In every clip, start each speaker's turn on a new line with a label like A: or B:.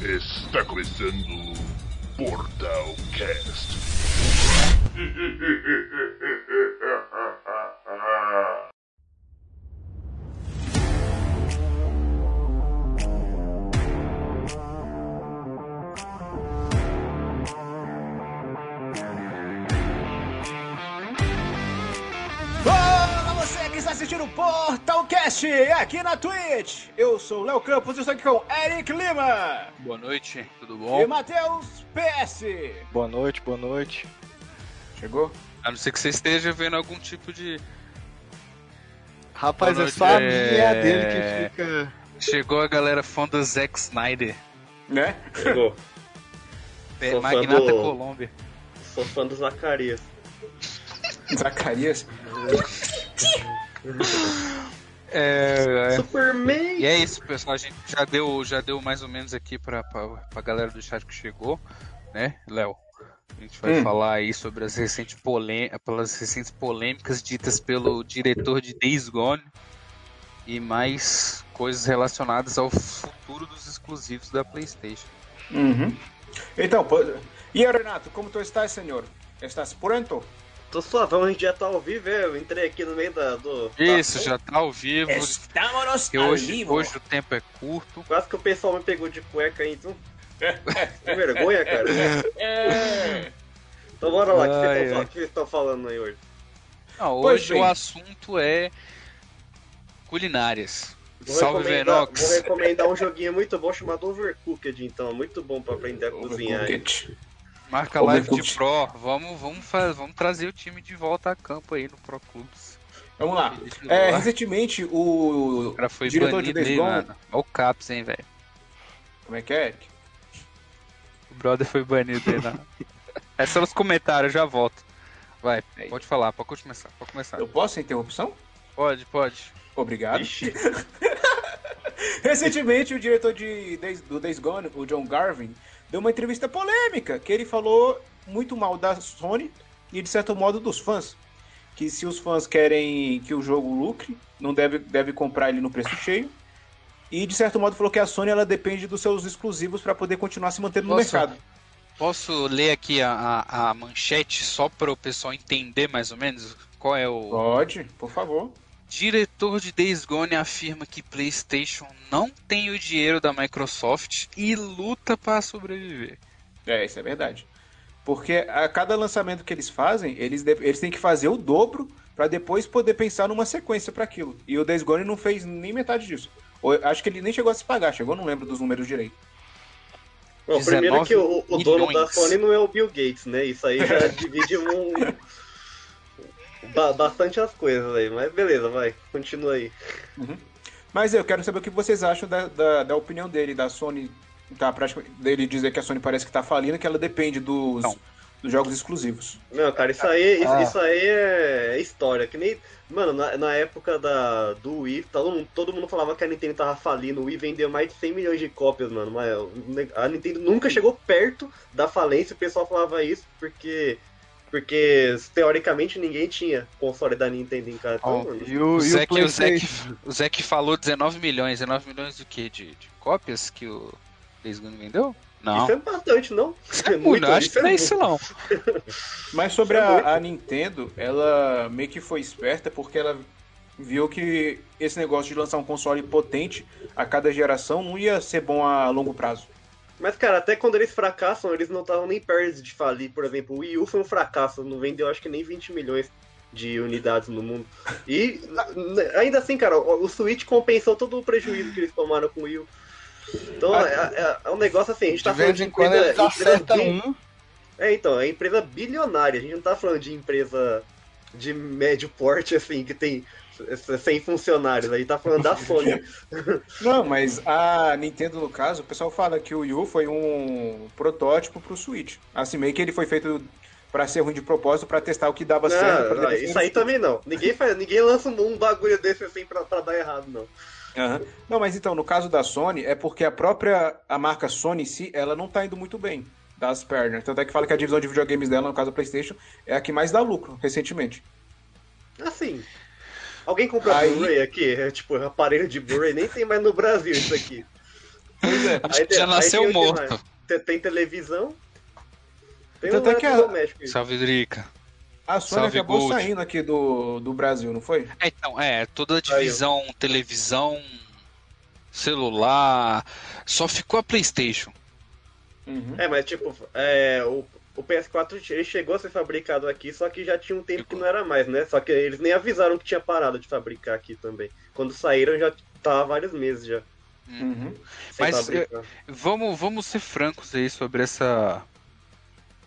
A: Está começando o Portal Cast.
B: Olá, você que está assistindo o Portalcast aqui na Twitch. Eu sou o Léo Campos e estou aqui com Eric Lima
C: Boa noite, tudo
B: e
C: bom?
B: Matheus PS.
D: Boa noite, boa noite.
B: Chegou?
C: A não ser que você esteja vendo algum tipo de.
D: Rapaz,
C: Boa
D: é só a
C: noite.
D: minha e a dele que fica.
C: Chegou a galera fã do Zack Snyder,
B: Né?
E: Chegou.
C: pe-
E: Sou fã
C: Magnata
E: do-
C: Colômbia.
E: Sou fã do Zacarias.
B: Zacarias.
C: É, é.
E: Superman!
C: E é isso, pessoal. A gente já deu, já deu mais ou menos aqui pra, pra, pra galera do chat que chegou, né, Léo? A gente vai
B: Hum.
C: falar aí sobre as recentes, polê- pelas recentes polêmicas ditas pelo diretor de Days Gone e mais coisas relacionadas ao futuro dos exclusivos da PlayStation.
B: Uhum. Então, pô... e aí, Renato, como tu estás, senhor? Estás pronto?
E: Tô suavão, a gente já tá ao vivo, é, eu entrei aqui no meio da, do...
C: Isso,
E: da-
C: já tá ao vivo.
B: Estamos
C: Que hoje, hoje o tempo é curto.
E: Quase que o pessoal me pegou de cueca aí, então... que vergonha, cara. Então bora lá, o que
C: Ai, ai.
E: vocês tão fal- o que vocês estão falando aí hoje?
C: Não,
B: Pois
C: hoje
B: bem.
C: o assunto é culinárias.
E: Vou
C: Salve,
E: recomendar- Vou
C: Venox.
E: recomendar um joguinho muito bom chamado Overcooked, então. Muito bom pra aprender a cozinhar. hein?
C: Marca
B: Ô,
C: live
B: Mercúrio.
C: de Pro. Vamos, vamos, fa- vamos trazer o time de volta a campo aí no Pro Clubs.
B: Vamos lá. É,
C: É, o
B: recentemente o.
C: cara foi
B: diretor de
C: banido
B: Days
C: aí,
B: Gone.
C: mano. Olha o Caps, hein, velho.
B: Como é que é, Eric?
C: O brother foi banido aí, na. é só nos comentários, eu já volto. Vai,
B: É
C: pode falar, pode começar, pode começar.
B: Eu posso a interrupção?
C: Pode, pode.
B: Obrigado.
E: Ixi,
B: Recentemente, o diretor de Days- do Days Gone, o John Garvin, deu uma entrevista polêmica que ele falou muito mal da Sony e, de certo modo, dos fãs. Que se os fãs querem que o jogo lucre, não deve, deve comprar ele no preço cheio. E, de certo modo, falou que a Sony ela depende dos seus exclusivos para poder continuar se mantendo no
C: Nossa.
B: mercado.
C: Posso ler aqui a, a- a manchete só para o pessoal entender mais ou menos qual é o,
B: Pode, por favor.
C: Diretor de Days Gone afirma que PlayStation não tem o dinheiro da Microsoft e luta para sobreviver.
B: É, isso é verdade. Porque a cada lançamento que eles fazem, eles, de- eles têm que fazer o dobro pra depois poder pensar numa sequência pra aquilo. E o Days Gone não fez nem metade disso. Ou, eu acho que ele nem chegou a se pagar, chegou, não lembro dos números direito.
E: Bom, primeiro que o, o dono da
C: milhões.
E: Sony não é o Bill Gates, né? Isso aí já divide um... ba- bastante as coisas aí, mas beleza, vai, continua aí.
B: Mas eu quero saber o que vocês acham da, da, da opinião dele, da Sony. Tá, praticamente, dele dizer que a Sony parece que tá falindo, que ela depende dos,
C: Não.
B: dos jogos exclusivos.
E: Não, cara, isso aí, isso,
C: Ah.
E: isso aí é história. Que nem. Mano, na, na época da, do Wii, todo mundo, todo mundo falava que a Nintendo tava falindo. O Wii vendeu mais de 100 milhões de cópias, mano. Mas a Nintendo nunca chegou perto da falência. O pessoal falava isso porque. Porque, teoricamente, ninguém tinha console da Nintendo em casa. Então,
C: Ó,
E: mano,
D: E
C: O
D: o, e o
C: Zé que- o Zé que-
D: PlayStation?
C: O Zeke falou 19 milhões. 19 milhões do quê? De, de cópias que o Days Gone vendeu? Não.
E: isso é bastante, não?
C: Isso é muito, acho que não é isso não.
B: Mas sobre
E: Isso é muito.
B: a, a Nintendo, ela meio que foi esperta porque ela viu que esse negócio de lançar um console potente a cada geração não ia ser bom a longo prazo.
E: Mas, cara, até quando eles fracassam, eles não estavam nem perto de falir. Por exemplo, o Wii U foi um fracasso, não vendeu acho que nem 20 milhões de unidades no mundo. E a- ainda assim, cara, o o Switch compensou todo o prejuízo que eles tomaram com o Wii U. Então, é, é- é um negócio assim, a gente
D: De
E: tá
D: vez em quando eles acertam um.
E: É, então, é empresa bilionária, a gente não tá falando de empresa de médio porte, assim, que tem 100 funcionários, a gente tá falando da Sony.
B: Não, mas a Nintendo, no caso, o pessoal fala que o Wii U foi um protótipo pro Switch. Assim, meio que ele foi feito pra ser ruim de propósito, pra testar o que dava certo.
E: Não,
B: pra
E: não,
B: depois-
E: Tipo assim, né, isso aí também não. Ninguém, faz, ninguém lança um bagulho desse assim pra, pra dar errado, não.
B: Aham. Não, mas então, no caso da Sony, é porque a própria a marca Sony em si, ela não tá indo muito bem das pernas. Tanto é que fala que a divisão de videogames dela, no caso da PlayStation, é a que mais dá lucro recentemente.
E: Assim. Alguém comprou
B: Aí-
E: Blu-ray aqui? É, tipo, aparelho de Blu-ray nem tem mais no Brasil isso aqui.
B: Pois é.
C: Acho que
E: tem-
C: já nasceu
E: tem o que
C: morto.
E: mais? Tem, tem televisão. Tem
B: Tanto
E: um
B: é que a-
E: eletrodoméstico.
C: Salve, Drica.
B: A Sony
C: Salve,
B: acabou
C: Gold.
B: saindo aqui do, do Brasil, não foi?
C: É, então, é, toda a divisão, televisão, celular, só ficou a Playstation.
B: Uhum.
E: É, mas tipo, é, o, o PS4 ele chegou a ser fabricado aqui, só que já tinha um tempo que não era mais, né? Só que eles nem avisaram que tinha parado de fabricar aqui também. Quando saíram já tava há vários meses já.
C: Hum.
B: Uhum.
E: sem
C: Mas,
E: fabricar.
C: Vamos, vamos ser francos aí sobre essa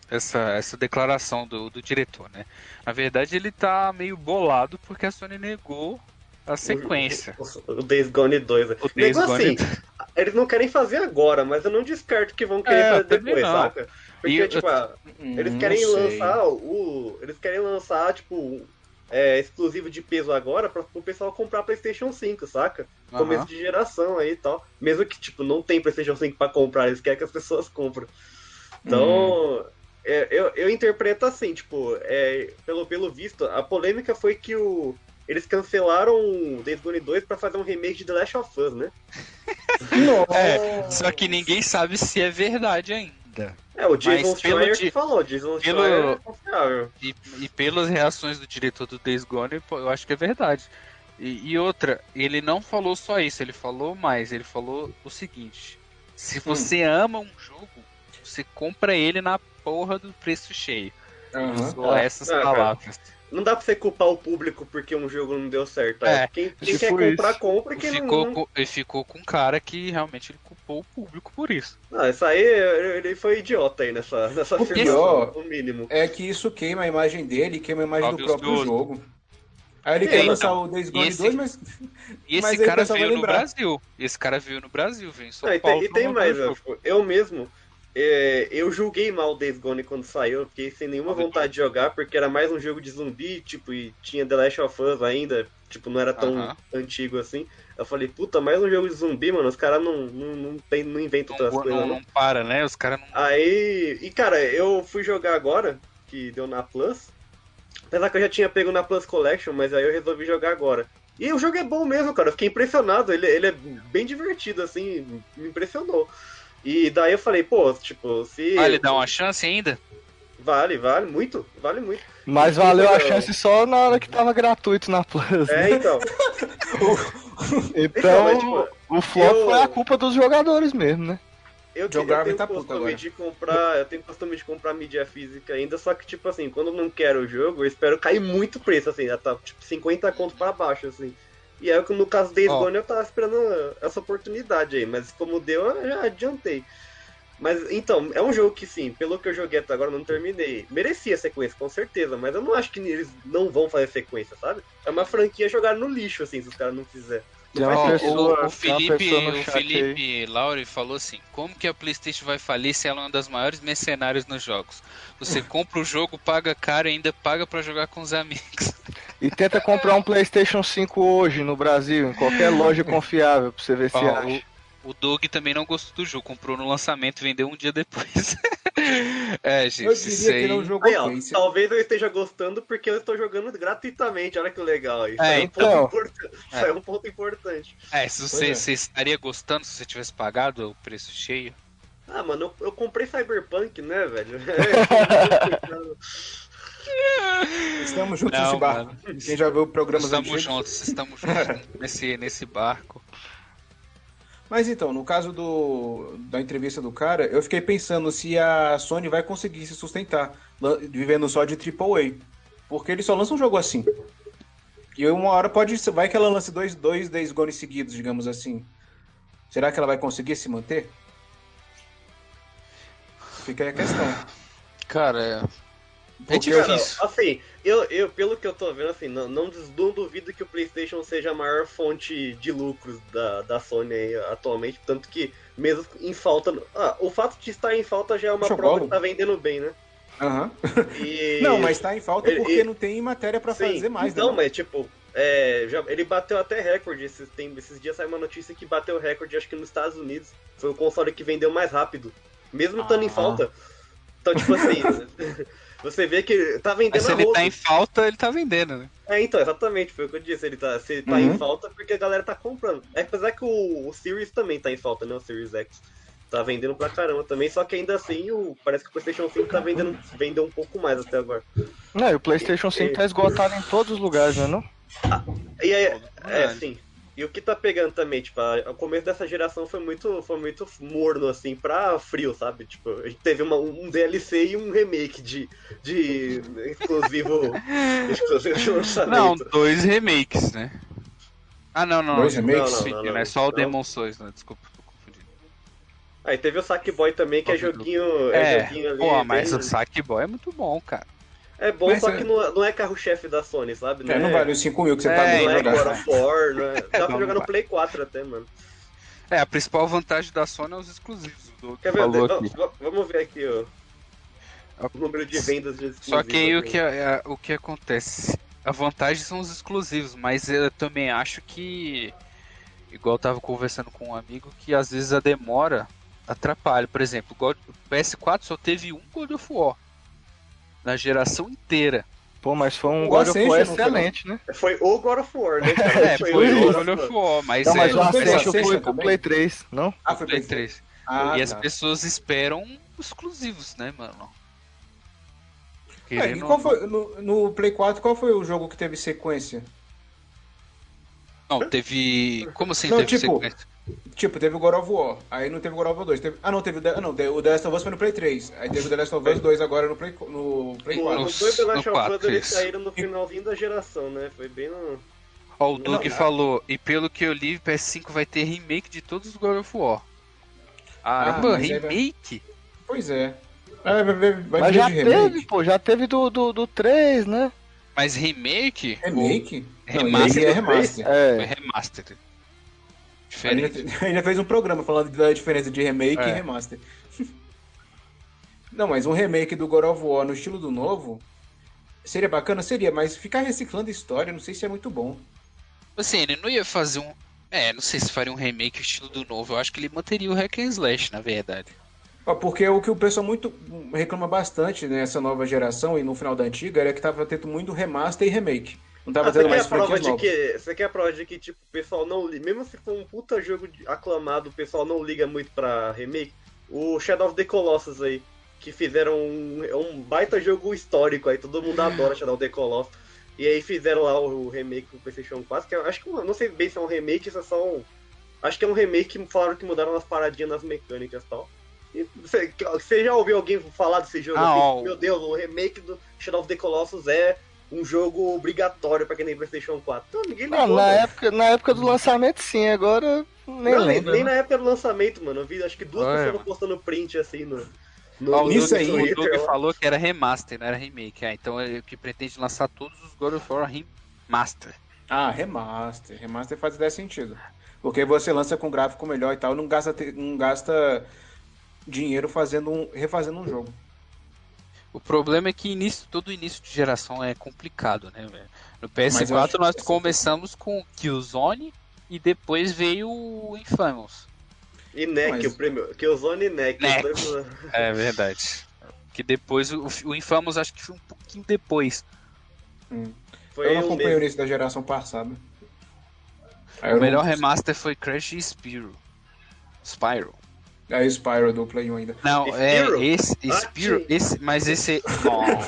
C: essa, essa declaração do, do diretor, né? Na verdade, ele tá meio bolado porque a Sony negou a sequência.
E: O, o Days Gone 2.
C: O Days
E: Negócio
C: Gone-
E: assim, eles não querem fazer agora, mas eu não descarto que vão querer
C: É, eu
E: fazer
C: também
E: depois,
C: não.
E: saca? Porque,
C: E eu-
E: tipo, ah, Eles
B: Hum,
E: querem
C: Uhum. sei.
E: lançar o. Eles querem lançar, tipo, é, exclusivo de peso agora para o pessoal comprar PlayStation 5, saca?
C: Aham.
E: Começo de geração aí e tal. Mesmo que, tipo, não tem PlayStation 5 pra comprar, eles querem que as pessoas comprem.
C: Uhum.
E: Então. é, eu, eu interpreto assim, tipo, é, pelo, pelo visto, a polêmica foi que o. Eles cancelaram o Days Gone 2 pra fazer um remake de The Last of Us, né?
C: É, só que ninguém sabe se é verdade ainda.
E: É, o Jason
C: Mas pelo
E: Schreier
C: di-
E: que falou, o Jason
C: pelo-
E: Schreier é confiável.
C: E, e pelas reações do diretor do Days Gone, pô, eu acho que é verdade. E, e outra, ele não falou só isso, ele falou mais, ele falou o seguinte:
E: Hum.
C: se você ama um jogo, você compra ele na porra do preço cheio. Ele
B: aham.
C: usou
D: Ah,
C: essas
E: é, cara.
C: palavras.
E: Não dá pra você culpar o público porque um jogo não deu certo. tá?
C: É,
E: quem quem
D: se
E: quer
D: for isso.
E: comprar, compra. Quem
C: ficou,
E: não,
C: com, ele ficou com um cara que realmente ele culpou o público por isso.
E: não. Isso aí, ele foi idiota aí nessa, nessa
B: O
E: afirmação,
B: pior-
E: no mínimo.
B: É que isso queima a imagem dele, queima a imagem do
C: Óbvio,
B: próprio
C: outro.
B: jogo. Aí ele
E: É,
B: quer
E: então.
B: lançar o Days Gone
C: esse-
B: 2, mas
C: E
B: Mas
C: esse
B: aí o
C: cara
B: pessoal
C: veio
B: vai
C: no
B: lembrar.
C: Brasil. Esse cara veio no Brasil, veio em São
E: Não, Ah, e,
C: Paulo.
E: tem, e tem
C: promoveu
E: mais,
C: o
E: ó,
C: jogo.
E: tipo, eu mesmo, é, eu julguei mal o Days Gone quando saiu, eu fiquei sem nenhuma
C: Óbvio.
E: vontade de jogar, porque era mais um jogo de zumbi, tipo, e tinha The Last of Us ainda, tipo, não era tão
C: Aham.
E: antigo assim. Eu falei, puta, mais um jogo de zumbi, mano, os caras não, não, não, tem- não inventam
C: Não-
E: outras
C: não,
E: coisas, não.
C: não para, né? Os caras não.
E: Aí, e cara, eu fui jogar agora, que deu na Plus. Apesar que eu já tinha pego na Plus Collection, mas aí eu resolvi jogar agora. E o jogo é bom mesmo, cara. Eu fiquei impressionado. Ele, ele é bem divertido, assim, me impressionou. E daí eu falei, pô, tipo, se.
C: Ah, ele dá uma chance ainda?
E: Vale, vale, muito, vale muito.
D: Mas valeu a chance só na hora que tava gratuito na Plus. né?
E: É, então.
D: Então,
E: mas, tipo,
D: o flop
E: eu-
D: foi a culpa dos jogadores mesmo, né?
E: Eu,
B: John
E: eu
B: Garvin
E: tenho
B: tá puto
E: costume
B: agora.
E: de comprar, eu tenho costume de comprar mídia física ainda, só que tipo assim, quando eu não quero o jogo, eu espero cair muito o preço, assim, já tá tipo 50 conto pra baixo, assim. E aí no caso Days
C: Ó.
E: Gone eu tava esperando essa oportunidade aí, mas como deu, eu já adiantei. Mas então, é um jogo que sim, pelo que eu joguei até agora, eu não terminei. Merecia sequência, com certeza, mas eu não acho que eles não vão fazer sequência, sabe? É uma franquia jogada no lixo, assim, se os caras não fizerem.
D: Tem
C: Ó,
D: é uma
C: o-
D: pessoa,
C: o,
D: tem uma
C: Felipe,
D: pessoa no
C: o
D: chat aí.
C: Felipe Lauri falou assim: como que a PlayStation vai falir se ela é uma das maiores mercenárias nos jogos? Você compra o jogo, paga caro e ainda paga pra jogar com os amigos.
D: E tenta comprar um PlayStation 5 hoje no Brasil, em qualquer loja confiável, pra você ver se
C: Ó,
D: acha.
C: O Doug também não gostou do jogo, comprou no lançamento e vendeu um dia depois. é, gente,
B: eu
C: isso
B: diria que
C: aí.
B: ele é um jogo
E: Aí, ó, tá
B: ofensivo.
E: talvez eu esteja gostando porque eu estou jogando gratuitamente, olha que legal aí. Isso
C: É,
E: é, um
D: então.
E: ponto importante. Isso é um ponto importante.
C: É, se você,
B: é.
C: você estaria gostando se você tivesse pagado o preço cheio.
E: Ah, mano, eu, eu comprei Cyberpunk, né, velho?
B: Estamos juntos
C: Não,
B: nesse barco.
C: mano.
B: Quem já viu programas
C: Estamos
B: antigos.
C: juntos, estamos juntos nesse, nesse barco.
B: Mas então, no caso do, da entrevista do cara, eu fiquei pensando se a Sony vai conseguir se sustentar lan- vivendo só de AAA. Porque ele só lança um jogo assim. E uma hora pode. Vai que ela lance dois, dois Days Gone seguidos, digamos assim. Será que ela vai conseguir se manter? Fica aí a questão.
C: Cara, é, é
B: Porque,
E: Cara,
C: difícil.
E: assim, eu, eu, pelo que eu tô vendo, assim, não, não, des- não duvido que o PlayStation seja a maior fonte de lucros da, da Sony aí atualmente. Tanto que, mesmo em falta. Ah, o fato de estar em falta já é uma
B: Deixa eu
E: prova
B: logo.
E: que tá vendendo bem, né?
B: Aham.
E: E-
B: Não, mas tá em falta
E: Ele-
B: porque
E: ele-
B: não tem matéria pra
E: Sim,
B: fazer mais, né?
E: Não, mas tipo, é, já- ele bateu até recorde. Esses, tem- esses dias saiu uma notícia que bateu recorde, acho que nos Estados Unidos. Foi o console que vendeu mais rápido. Mesmo estando em
C: Ah.
E: falta. Então, tipo assim, você vê que tá vendendo
C: Mas se
E: a
C: ele
E: rodo.
C: tá em falta, ele tá vendendo, né?
E: É, então, exatamente, foi o que eu disse. Ele tá, se ele tá
B: Uhum.
E: em falta porque a galera tá comprando. É, apesar que o, o Series também tá em falta, né? O Series X. Tá vendendo pra caramba também, só que ainda assim o, parece que o Playstation 5 tá vendendo, vendeu um pouco mais até agora.
D: Não, e o PlayStation 5 tá esgotado em todos os lugares, né? Não?
E: E aí, é,
C: Verdade.
E: sim. E o que tá pegando também, tipo, a- o começo dessa geração foi muito, foi muito morno, assim, pra frio, sabe? Tipo, a gente teve uma- um DLC e um remake de, de exclusivo, exclusivo de
C: Não,
E: lançamento.
C: dois remakes, né? Ah, não, não.
B: Dois
C: eu tô
B: remakes?
C: confundindo,
E: Não, não, não,
C: é só o
E: não.
C: Demon Souls, né? Desculpa, tô confundindo.
E: Aí teve o Sackboy também, que é joguinho, é,
C: É,
E: joguinho ali.
C: pô, mas
E: bem-
C: o Sackboy é muito bom, cara.
E: É bom,
C: mas
E: só
C: é-
E: que não, não é carro-chefe da Sony, sabe?
B: É, não vale os 5 mil que você
C: É,
B: pagou
E: Não
B: pra
E: é
B: jogar.
E: God of War, não é... Dá pra
C: Não,
E: jogar
C: não
E: no Play 4 até, mano.
C: É, a principal vantagem da Sony é os exclusivos. O Doug
E: Quer ver?
C: falou
E: Ó,
C: aqui.
E: v- Vamos ver aqui, ó. O número de vendas de
C: Só que aí o
E: exclusivos,
C: que, a- a- o que acontece? A vantagem são os exclusivos, mas eu também acho que, igual eu tava conversando com um amigo, que às vezes a demora atrapalha. Por exemplo, o God- o PS4 só teve um God of War na geração inteira.
D: Pô, mas foi um
B: O
D: God of
B: Ascension,
D: War
B: não foi, não?
D: excelente, né?
E: né? Foi o God of War, né? cara?
C: É, foi
E: o
C: o
E: God
C: God
E: of
C: of War, mas
D: Não, mas
C: é
D: o
B: não foi o
D: Ascension foi
B: Ascension
D: pro
B: também?
D: Play 3, não?
B: Ah,
C: o
B: foi
C: Play
B: Play 3.
C: 3.
B: Ah,
C: e as
B: tá.
C: pessoas esperam exclusivos, né, mano?
B: É, e
C: Querendo
B: qual
C: ou
B: foi, no, no Play 4, qual foi o jogo que teve sequência?
C: Não, Não, teve. Como assim
B: Não,
C: teve
B: tipo,
C: sequência?
B: Tipo, teve o God of War, aí não teve o God of War 2. teve- Ah, não, teve o, The... não, The- o The Last of Us foi no Play 3. Aí teve o The Last of Us 2 agora no Play, co- no Play
E: War.
B: 4.
E: Os dois The
C: No
E: Last of Us
C: quatro,
E: eles
C: isso.
E: saíram no finalzinho da geração, né? Foi bem no...
C: Ó, o Doug
E: Não, não.
C: falou, e pelo que eu li, PS5 vai ter remake de todos os God of War. Caramba,
B: mas aí vai-
C: remake?
B: Pois é. Ah, vai, vai, vai
D: mas
B: vir
D: já
B: de
D: teve,
B: remake.
D: pô, já teve do, do, do 3, né?
C: Mas remake?
B: É Remake? Não, remake
C: Remaster.
B: é remaster.
C: Ou- Foi
D: É.
C: remaster.
B: A gente,
C: Diferente.
B: já- a gente já fez um programa falando da diferença de remake
C: É.
B: e remaster. Não, mas um remake do God of War no estilo do novo seria bacana? Seria, mas ficar reciclando história, não sei se é muito bom.
C: Assim, ele não ia fazer um... É, não sei se faria um remake estilo do novo. Eu acho que ele manteria o Hack and Slash, na verdade.
B: Ó, Ah, Porque o que o pessoal muito reclama bastante nessa nova geração e no final da antiga era que tava tendo muito remaster e remake. Não tava
E: Ah, você
B: tendo
E: quer a
B: mais
E: prova
B: franquias
E: de
B: novas.
E: que... Você quer a prova de que, tipo, o pessoal não... li- Mesmo se for um puta jogo de- aclamado, o pessoal não liga muito pra remake. O Shadow of the Colossus aí, que fizeram um, um baita jogo histórico aí. Todo mundo adora Shadow of the Colossus. E aí fizeram lá o remake do PlayStation 4, que eu acho que eu não sei bem se é um remake, se é só um. Acho que é um remake, falaram que mudaram umas paradinhas nas mecânicas e tal. E você- Você já ouviu alguém falar desse jogo?
C: Ah,
E: assim?
C: ó.
E: Meu Deus, o remake do Shadow of the Colossus é um jogo obrigatório pra quem tem PlayStation 4. Então ninguém
D: Não,
E: ligou,
D: Ah, na,
E: mano.
D: época, na época do lançamento, sim, agora nem
E: Não, nem,
D: lembro. né?
E: nem na época do lançamento, mano. Eu vi acho que duas
C: Ah, é,
E: pessoas
C: mano.
E: postando print assim no. no
C: Ó, o
E: no
B: nisso
C: Doug-
B: aí,
E: Twitter
C: o é Doug
E: lá.
C: falou que era remaster, não era remake. Ah, então ele que pretende lançar todos os God of War remaster.
B: Ah, remaster. Remaster faz 10 sentido. Porque você lança com gráfico melhor e tal, não gasta, te- não gasta dinheiro fazendo um, refazendo um jogo.
C: O problema é que início, todo início de geração é complicado, né, velho? No
B: Mas eu acho
C: PS4
B: que
C: nós
B: essa-
C: começamos com Killzone e depois veio o Infamous.
E: E Neck,
B: Mas-
E: o prêmio. Que o Zone Neck. os
C: Neck.
E: dois-
C: É verdade. Que depois o, o Infamous acho que foi um pouquinho depois.
E: Foi
B: eu não
E: um
B: acompanho
E: mês.
B: o início da geração passada. Aí eu
C: O
B: não-
C: melhor remaster foi Crash e Spyro. Spyro.
B: Aí Ah, o Spyro do Play 1 ainda.
C: Não,
E: Spyro?
C: é esse
E: Ah,
C: Spyro,
E: sim.
C: esse, mas esse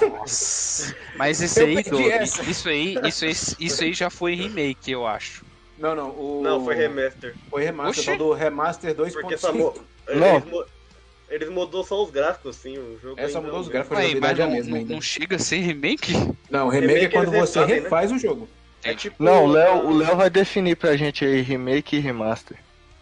C: Nossa. Mas esse
B: Eu
C: aí,
B: perdi
C: Doug,
B: essa.
C: isso aí, isso aí, isso aí já foi remake, eu acho.
B: Não, não. O...
E: Não, foi remaster.
B: Foi remaster.
C: Oxi.
B: Tal do remaster
E: Porque só mu-
B: 2.5.
D: Não.
E: Eles, mu- eles mudou só os gráficos, sim, o jogo.
B: É, só
E: ainda
B: mudou os
E: não-
B: gráficos, a
C: Ué, mas
B: jogabilidade é a
C: não,
B: mesma
C: não-
B: ainda.
C: não chega a ser remake?
B: Não, remake é
E: Remake
B: quando
E: eles
B: você
E: refazem, né?
B: refaz o jogo.
E: É tipo.
D: Não, o Léo, o Léo vai definir pra gente aí remake e remaster.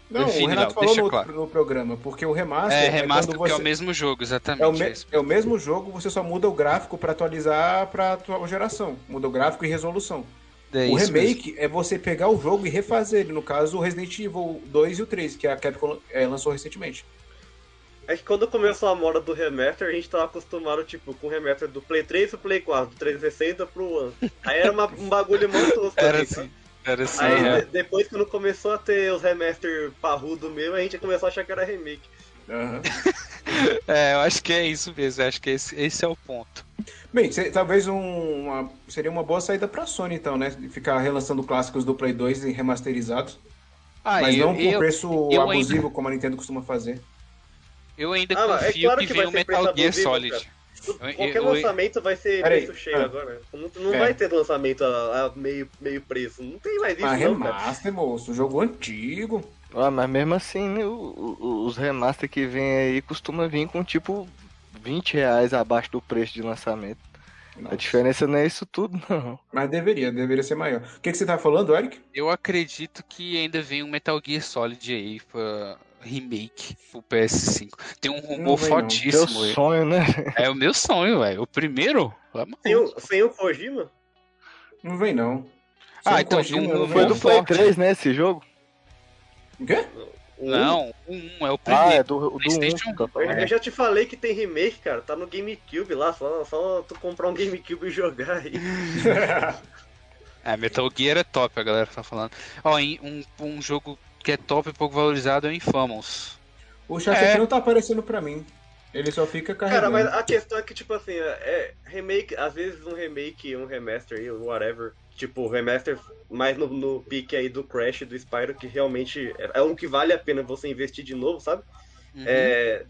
B: Não,
C: Define,
B: o Renato
C: Léo, deixa
B: falou no,
C: claro.
B: no programa, porque o remaster
C: É,
B: é,
C: remaster
B: quando
C: porque
B: você...
C: é o mesmo jogo, exatamente.
B: É o, me-
C: é isso.
B: é o mesmo jogo, você só muda o gráfico pra atualizar pra atual geração. Muda o gráfico e resolução.
C: É
B: o
C: isso mesmo.
B: remake é você pegar o jogo e refazer ele. No caso, o Resident Evil 2 e o 3, que a Capcom eh, lançou recentemente.
E: É que quando começou a moda do remaster, a gente tava acostumado, tipo, com o remaster do Play 3 pro Play 4, do 360 pro One. Aí era uma- um bagulho muito tosco.
C: Era
E: assim,
C: assim. Era assim.
E: Aí
C: né?
E: de- depois quando começou a ter os remaster parrudo mesmo, a gente começou a achar que era remake.
C: É, eu acho que é isso mesmo. eu acho que esse, esse é o ponto.
B: Bem, se- talvez um- uma, seria uma boa saída pra Sony, então, né? Ficar relançando clássicos do Play 2 e remasterizados.
C: Ah,
B: mas
C: eu,
B: não por
C: eu,
B: preço
C: eu ainda-
B: abusivo, como a Nintendo costuma fazer.
C: eu ainda
E: Ah, mas é
C: confio
E: claro
C: que,
E: que
C: vem
E: vai
C: o
E: ser
C: Metal
E: preço
C: Gear
E: abusivo,
C: Solid. Eu-
E: Qualquer
C: eu- eu-
E: lançamento vai ser
B: Peraí,
E: preço cheio
B: ah.
E: agora. Não, não
B: É.
E: vai ter lançamento a, a meio, meio preço. Não tem mais isso,
B: Ah,
E: não, cara.
B: remaster, moço. Jogo antigo.
D: Ah, mas mesmo assim, né, o- o- os remaster que vem aí costuma vir com tipo 20 reais abaixo do preço de lançamento. A diferença não é isso tudo, não.
B: Mas deveria, deveria ser maior. O que, que você tá falando, Eric?
C: Eu acredito que ainda vem um Metal Gear Solid aí pra remake pro PS5. Tem
B: Não
C: um rumor
B: vem, não.
D: Meu
C: fortíssimo. aí.
D: sonho, né?
C: É o meu sonho, velho. O primeiro? Lá, mano.
E: Sem o, sem o Kojima?
B: Não vem, não.
C: Ah,
B: Sem
C: então,
B: Kojima,
C: um-
B: não vem,
D: Foi
C: um-
D: do
B: não.
D: Play
C: forte.
D: 3, né, esse jogo?
B: O quê?
E: O
C: Não, um, um é o
D: Ah, é
C: primeiro.
D: do, do 1
C: PlayStation.
D: que tá
E: Eu,
B: É.
D: falando.
E: eu já te falei que tem remake, cara. Tá no GameCube lá. Só, só tu comprar um GameCube e jogar aí.
C: É, Metal Gear é top, a galera tá falando. Ó, em- um, um jogo que é top e pouco valorizado é o Infamous.
B: o chat
C: É.
B: aqui não tá aparecendo pra mim. Ele só fica
E: Cara,
B: carregando.
E: mas a questão é que, tipo assim, é remake, às vezes um remake, um remaster e whatever. Tipo, remaster mais no, no pique aí do Crash, do Spyro, que realmente é- é um que vale a pena você investir de novo, sabe?
C: Uhum.
E: É,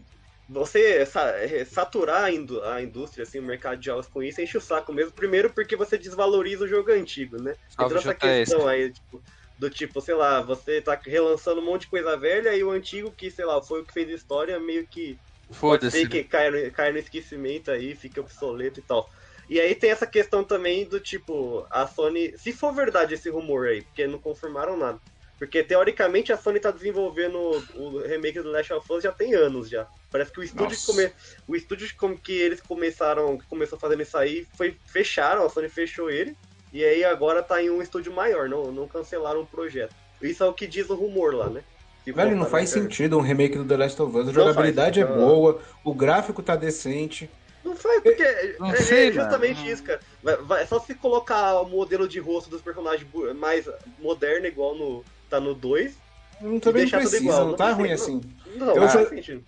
E: você sa- é, saturar a, indú- a indústria, assim, o mercado de aulas com isso, enche o saco mesmo. Primeiro porque você desvaloriza o jogo antigo, né?
C: Salve,
E: Entra essa
C: JS.
E: questão aí, tipo, do tipo, sei lá, você tá relançando um monte de coisa velha e o antigo que, sei lá, foi o que fez história, meio que Pode
C: Foda-se.
E: ser que cai no, cai no esquecimento aí, fica obsoleto e tal. E aí tem essa questão também do tipo, a Sony. Se for verdade esse rumor aí, porque não confirmaram nada. Porque teoricamente a Sony tá desenvolvendo o- o remake do Last of Us já tem anos já. Parece que o estúdio, que
B: Nossa.
E: come, o estúdio como que eles começaram, que começou fazendo isso aí, foi, fecharam, a Sony fechou ele. E aí agora tá em um estúdio maior, não, não cancelaram o projeto. Isso é o que diz o rumor lá, né? Se
B: Velho,
E: for,
B: não
E: tá,
B: faz
E: né?
B: sentido um remake do The Last of Us. A
E: Não
B: jogabilidade
E: faz,
B: é
E: não.
B: boa, o gráfico tá decente.
E: Não faz, porque é,
C: Não
E: é
C: sei,
E: justamente
C: mano.
E: isso, cara. Vai, vai- é só se colocar o modelo de rosto dos personagens bu- mais moderno, igual no tá no 2.
B: Não também não
E: deixar tudo
B: precisa,
E: igual,
B: não
E: não
B: tá
E: precisa,
B: ruim
E: não.
B: assim.
E: Não,
B: Eu
E: não
B: sou-
E: faz sentido.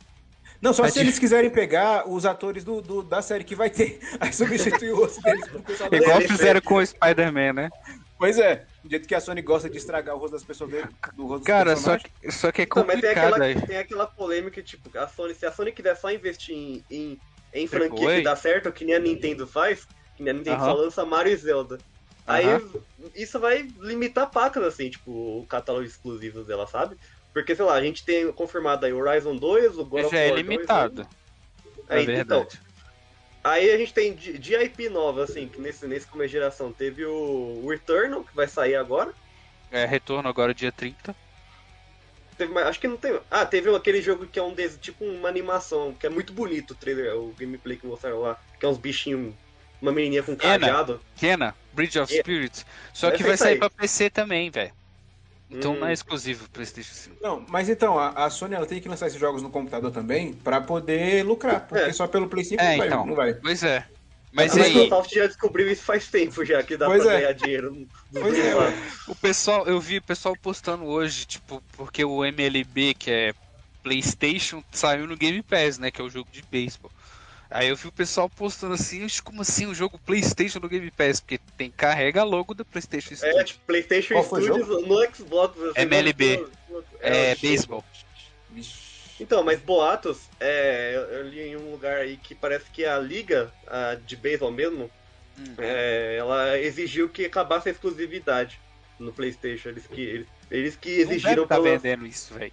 B: Não, só
C: É
B: se eles quiserem pegar os atores do, do- da série que vai ter, aí substituir o rosto deles pro pessoal da
C: Igual
E: é
B: série.
C: fizeram com o Spider-Man, né?
B: Pois é, do jeito que a Sony gosta de estragar o rosto das pessoas dele, do rosto dos
C: Cara, só
B: personagens.
C: que, só que é
E: Então, mas tem aquela,
C: complicado aí.
E: tem aquela polêmica, tipo, a Sony, se a Sony quiser só investir em, em, em
C: Triple
E: franquia
C: A?
E: que dá certo, que nem a Nintendo faz, que nem a Nintendo só
C: Aham.
E: lança Mario e Zelda. Aí isso vai limitar pacas, assim, tipo, o catálogo de exclusivos dela, sabe? Porque, sei lá, a gente tem confirmado aí o Horizon 2, o God of
C: Já é
E: War 2, né? Então,
C: limitado,
E: Aí,
C: na
E: É,
C: verdade.
E: Aí a gente tem de, de IP nova, assim, que nesse, nesse começo de geração teve o, o Returnal, que vai sair agora.
C: É, retorno agora dia 30.
E: Teve mais, acho que não tem. Ah, teve aquele jogo que é um des, tipo uma animação, que é muito bonito o trailer, o gameplay que mostraram lá, que é uns bichinhos, uma menininha com um
C: É, né?
E: cajado.
C: Kena, Bridge of
E: É.
C: Spirits. Só
E: É
C: que vai
E: isso
C: sair
E: aí.
C: pra PC também, velho. Então
E: Hum.
C: não é exclusivo PlayStation 5.
B: Não, mas então, a, a Sony ela tem que lançar esses jogos no computador também pra poder lucrar, porque
E: É.
B: só pelo Play 5
C: É,
B: não, vai,
C: então.
B: não vai.
C: Pois é. Mas
E: a
C: e aí,
E: Microsoft já descobriu isso faz tempo já, que dá
B: Pois
E: pra
B: é.
E: ganhar dinheiro dos
B: Pois
E: dois
B: é.
E: lados.
C: o pessoal, eu vi o pessoal postando hoje, tipo, porque o MLB, que é PlayStation, saiu no Game Pass, né? Que é o jogo de beisebol. Aí eu vi o pessoal postando assim, "Oxe, como assim o jogo PlayStation no Game Pass? Porque tem carrega logo do PlayStation
E: É,
C: Studio.
E: tipo, PlayStation
B: Qual foi o
E: Studios no Xbox.
C: É
E: assim,
C: MLB.
E: no- no-
C: É,
E: no-
C: beisebol.
B: Vixe.
E: Então, mas boatos, é, eu- eu li em um lugar aí que parece que a liga a de beisebol mesmo,
C: Hum.
E: é, ela exigiu que acabasse a exclusividade no PlayStation. Eles que eles, eles que
C: não
E: exigiram
C: deve tá
E: pra lan-
C: vendendo isso, velho.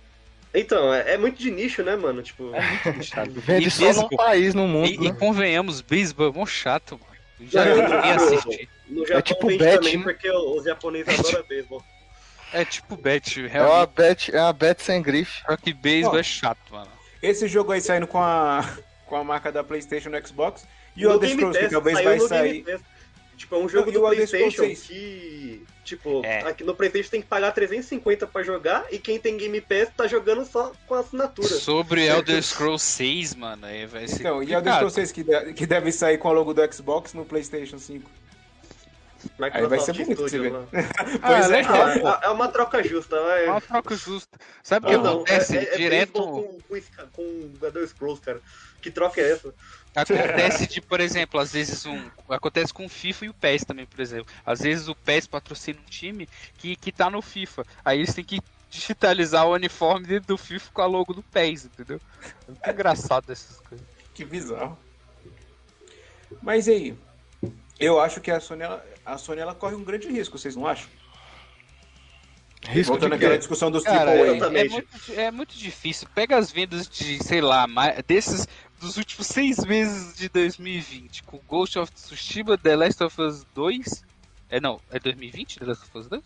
E: Então, é, é muito de nicho, né, mano? Tipo,
B: É.
D: Vende
C: E
D: só num
C: mesmo-
D: país no mundo.
C: é E, e
E: Uhum.
D: né?
C: convenhamos, beisebol é mó chato, mano. Já
E: É,
C: ninguém
E: tipo,
C: assiste.
E: no
B: É
E: Japão
D: tipo
E: vende
D: bet,
E: também
D: né?
E: porque os japoneses adoram
B: tipo-
E: beisebol.
C: É tipo bet,
D: É uma
C: realmente.
D: bet, é uma bet sem grife.
C: Só que beisebol
B: Ó.
C: é chato, mano.
B: Esse jogo aí saindo com a, com a marca da PlayStation no Xbox e o
E: No
B: Elder
E: Game
B: Scrolls que
E: Pass,
B: talvez
E: saiu
B: vai
E: no
B: sair.
E: Game Pass. Tipo, é um jogo
B: e
E: do
B: o Elder Scrolls
E: PlayStation
B: seis?
E: que. Tipo,
C: É.
E: aqui no PlayStation tem que pagar 350 pra jogar e quem tem Game Pass tá jogando só com a assinatura.
C: Sobre Elder Scrolls 6, mano, aí vai ser.
B: Então, e o Elder
C: complicado.
B: Scrolls 6 que, de- que deve sair com o logo do Xbox no PlayStation 5. Aí vai ser bonito
E: Studios,
B: você ver.
E: lá.
B: Pois é,
E: Ah, é, é uma troca justa, vai.
C: É uma troca justa. Sabe o que
E: Ou não,
C: acontece?
E: é- é- é beisebol
C: Direto.
E: com, com, esca- com o Elder Scrolls, cara. Que troca é essa?
C: Acontece de, por exemplo, às vezes um. Acontece com o FIFA e o PES também, por exemplo. Às vezes o PES patrocina um time que, que tá no FIFA. Aí eles têm que digitalizar o uniforme dentro do FIFA com a logo do PES, entendeu? É muito engraçado essas coisas.
B: Que bizarro. Mas e aí? Eu acho que a Sony, ela, a Sony ela corre um grande risco, vocês não acham?
D: Risco
B: Voltando
D: de
B: àquela
D: quê?
B: discussão dos
C: Cara,
B: AAA.
C: é, é
E: exatamente.
C: muito, é muito difícil. Pega as vendas de, sei lá, ma- desses dos últimos seis meses de 2020, com Ghost of Tsushima, The Last of Us 2. É não, é 2020? The Last of Us 2?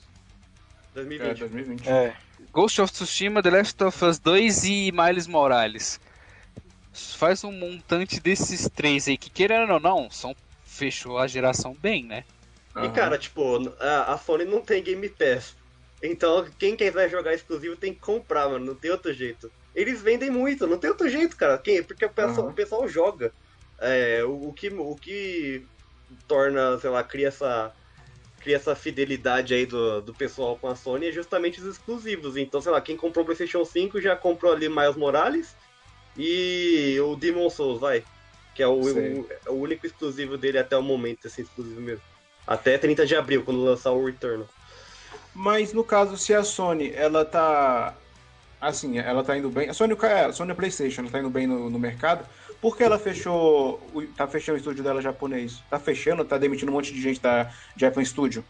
E: 2020.
B: É, 2020.
D: É.
C: Ghost of Tsushima, The Last of Us 2 e Miles Morales. Faz um montante desses três aí, que querendo ou não, são, fechou a geração bem, né?
E: E
B: Aham.
E: cara, tipo, a, a Sony não tem Game Pass. Então, quem quiser jogar exclusivo tem que comprar, mano. Não tem outro jeito. Eles vendem muito, não tem outro jeito, cara. Quem? Porque o pessoal,
B: Aham.
E: o pessoal joga. É, o, o que, o que torna, sei lá, cria essa, cria essa fidelidade aí do, do pessoal com a Sony é justamente os exclusivos. Então, sei lá, quem comprou o PlayStation 5 já comprou ali Miles Morales e o Demon Souls, vai. Que é o,
B: Sei.
E: o- é o único exclusivo dele até o momento, esse exclusivo mesmo. Até 30 de abril, quando lançar o Returnal.
B: Mas no caso, se a Sony, ela tá. Assim, ela tá indo bem. A Sony, é, a Sony PlayStation, ela tá indo bem no, no mercado. Por que ela fechou. o- Tá fechando o estúdio dela japonês? Tá fechando, tá demitindo um monte de gente da Japan Studio?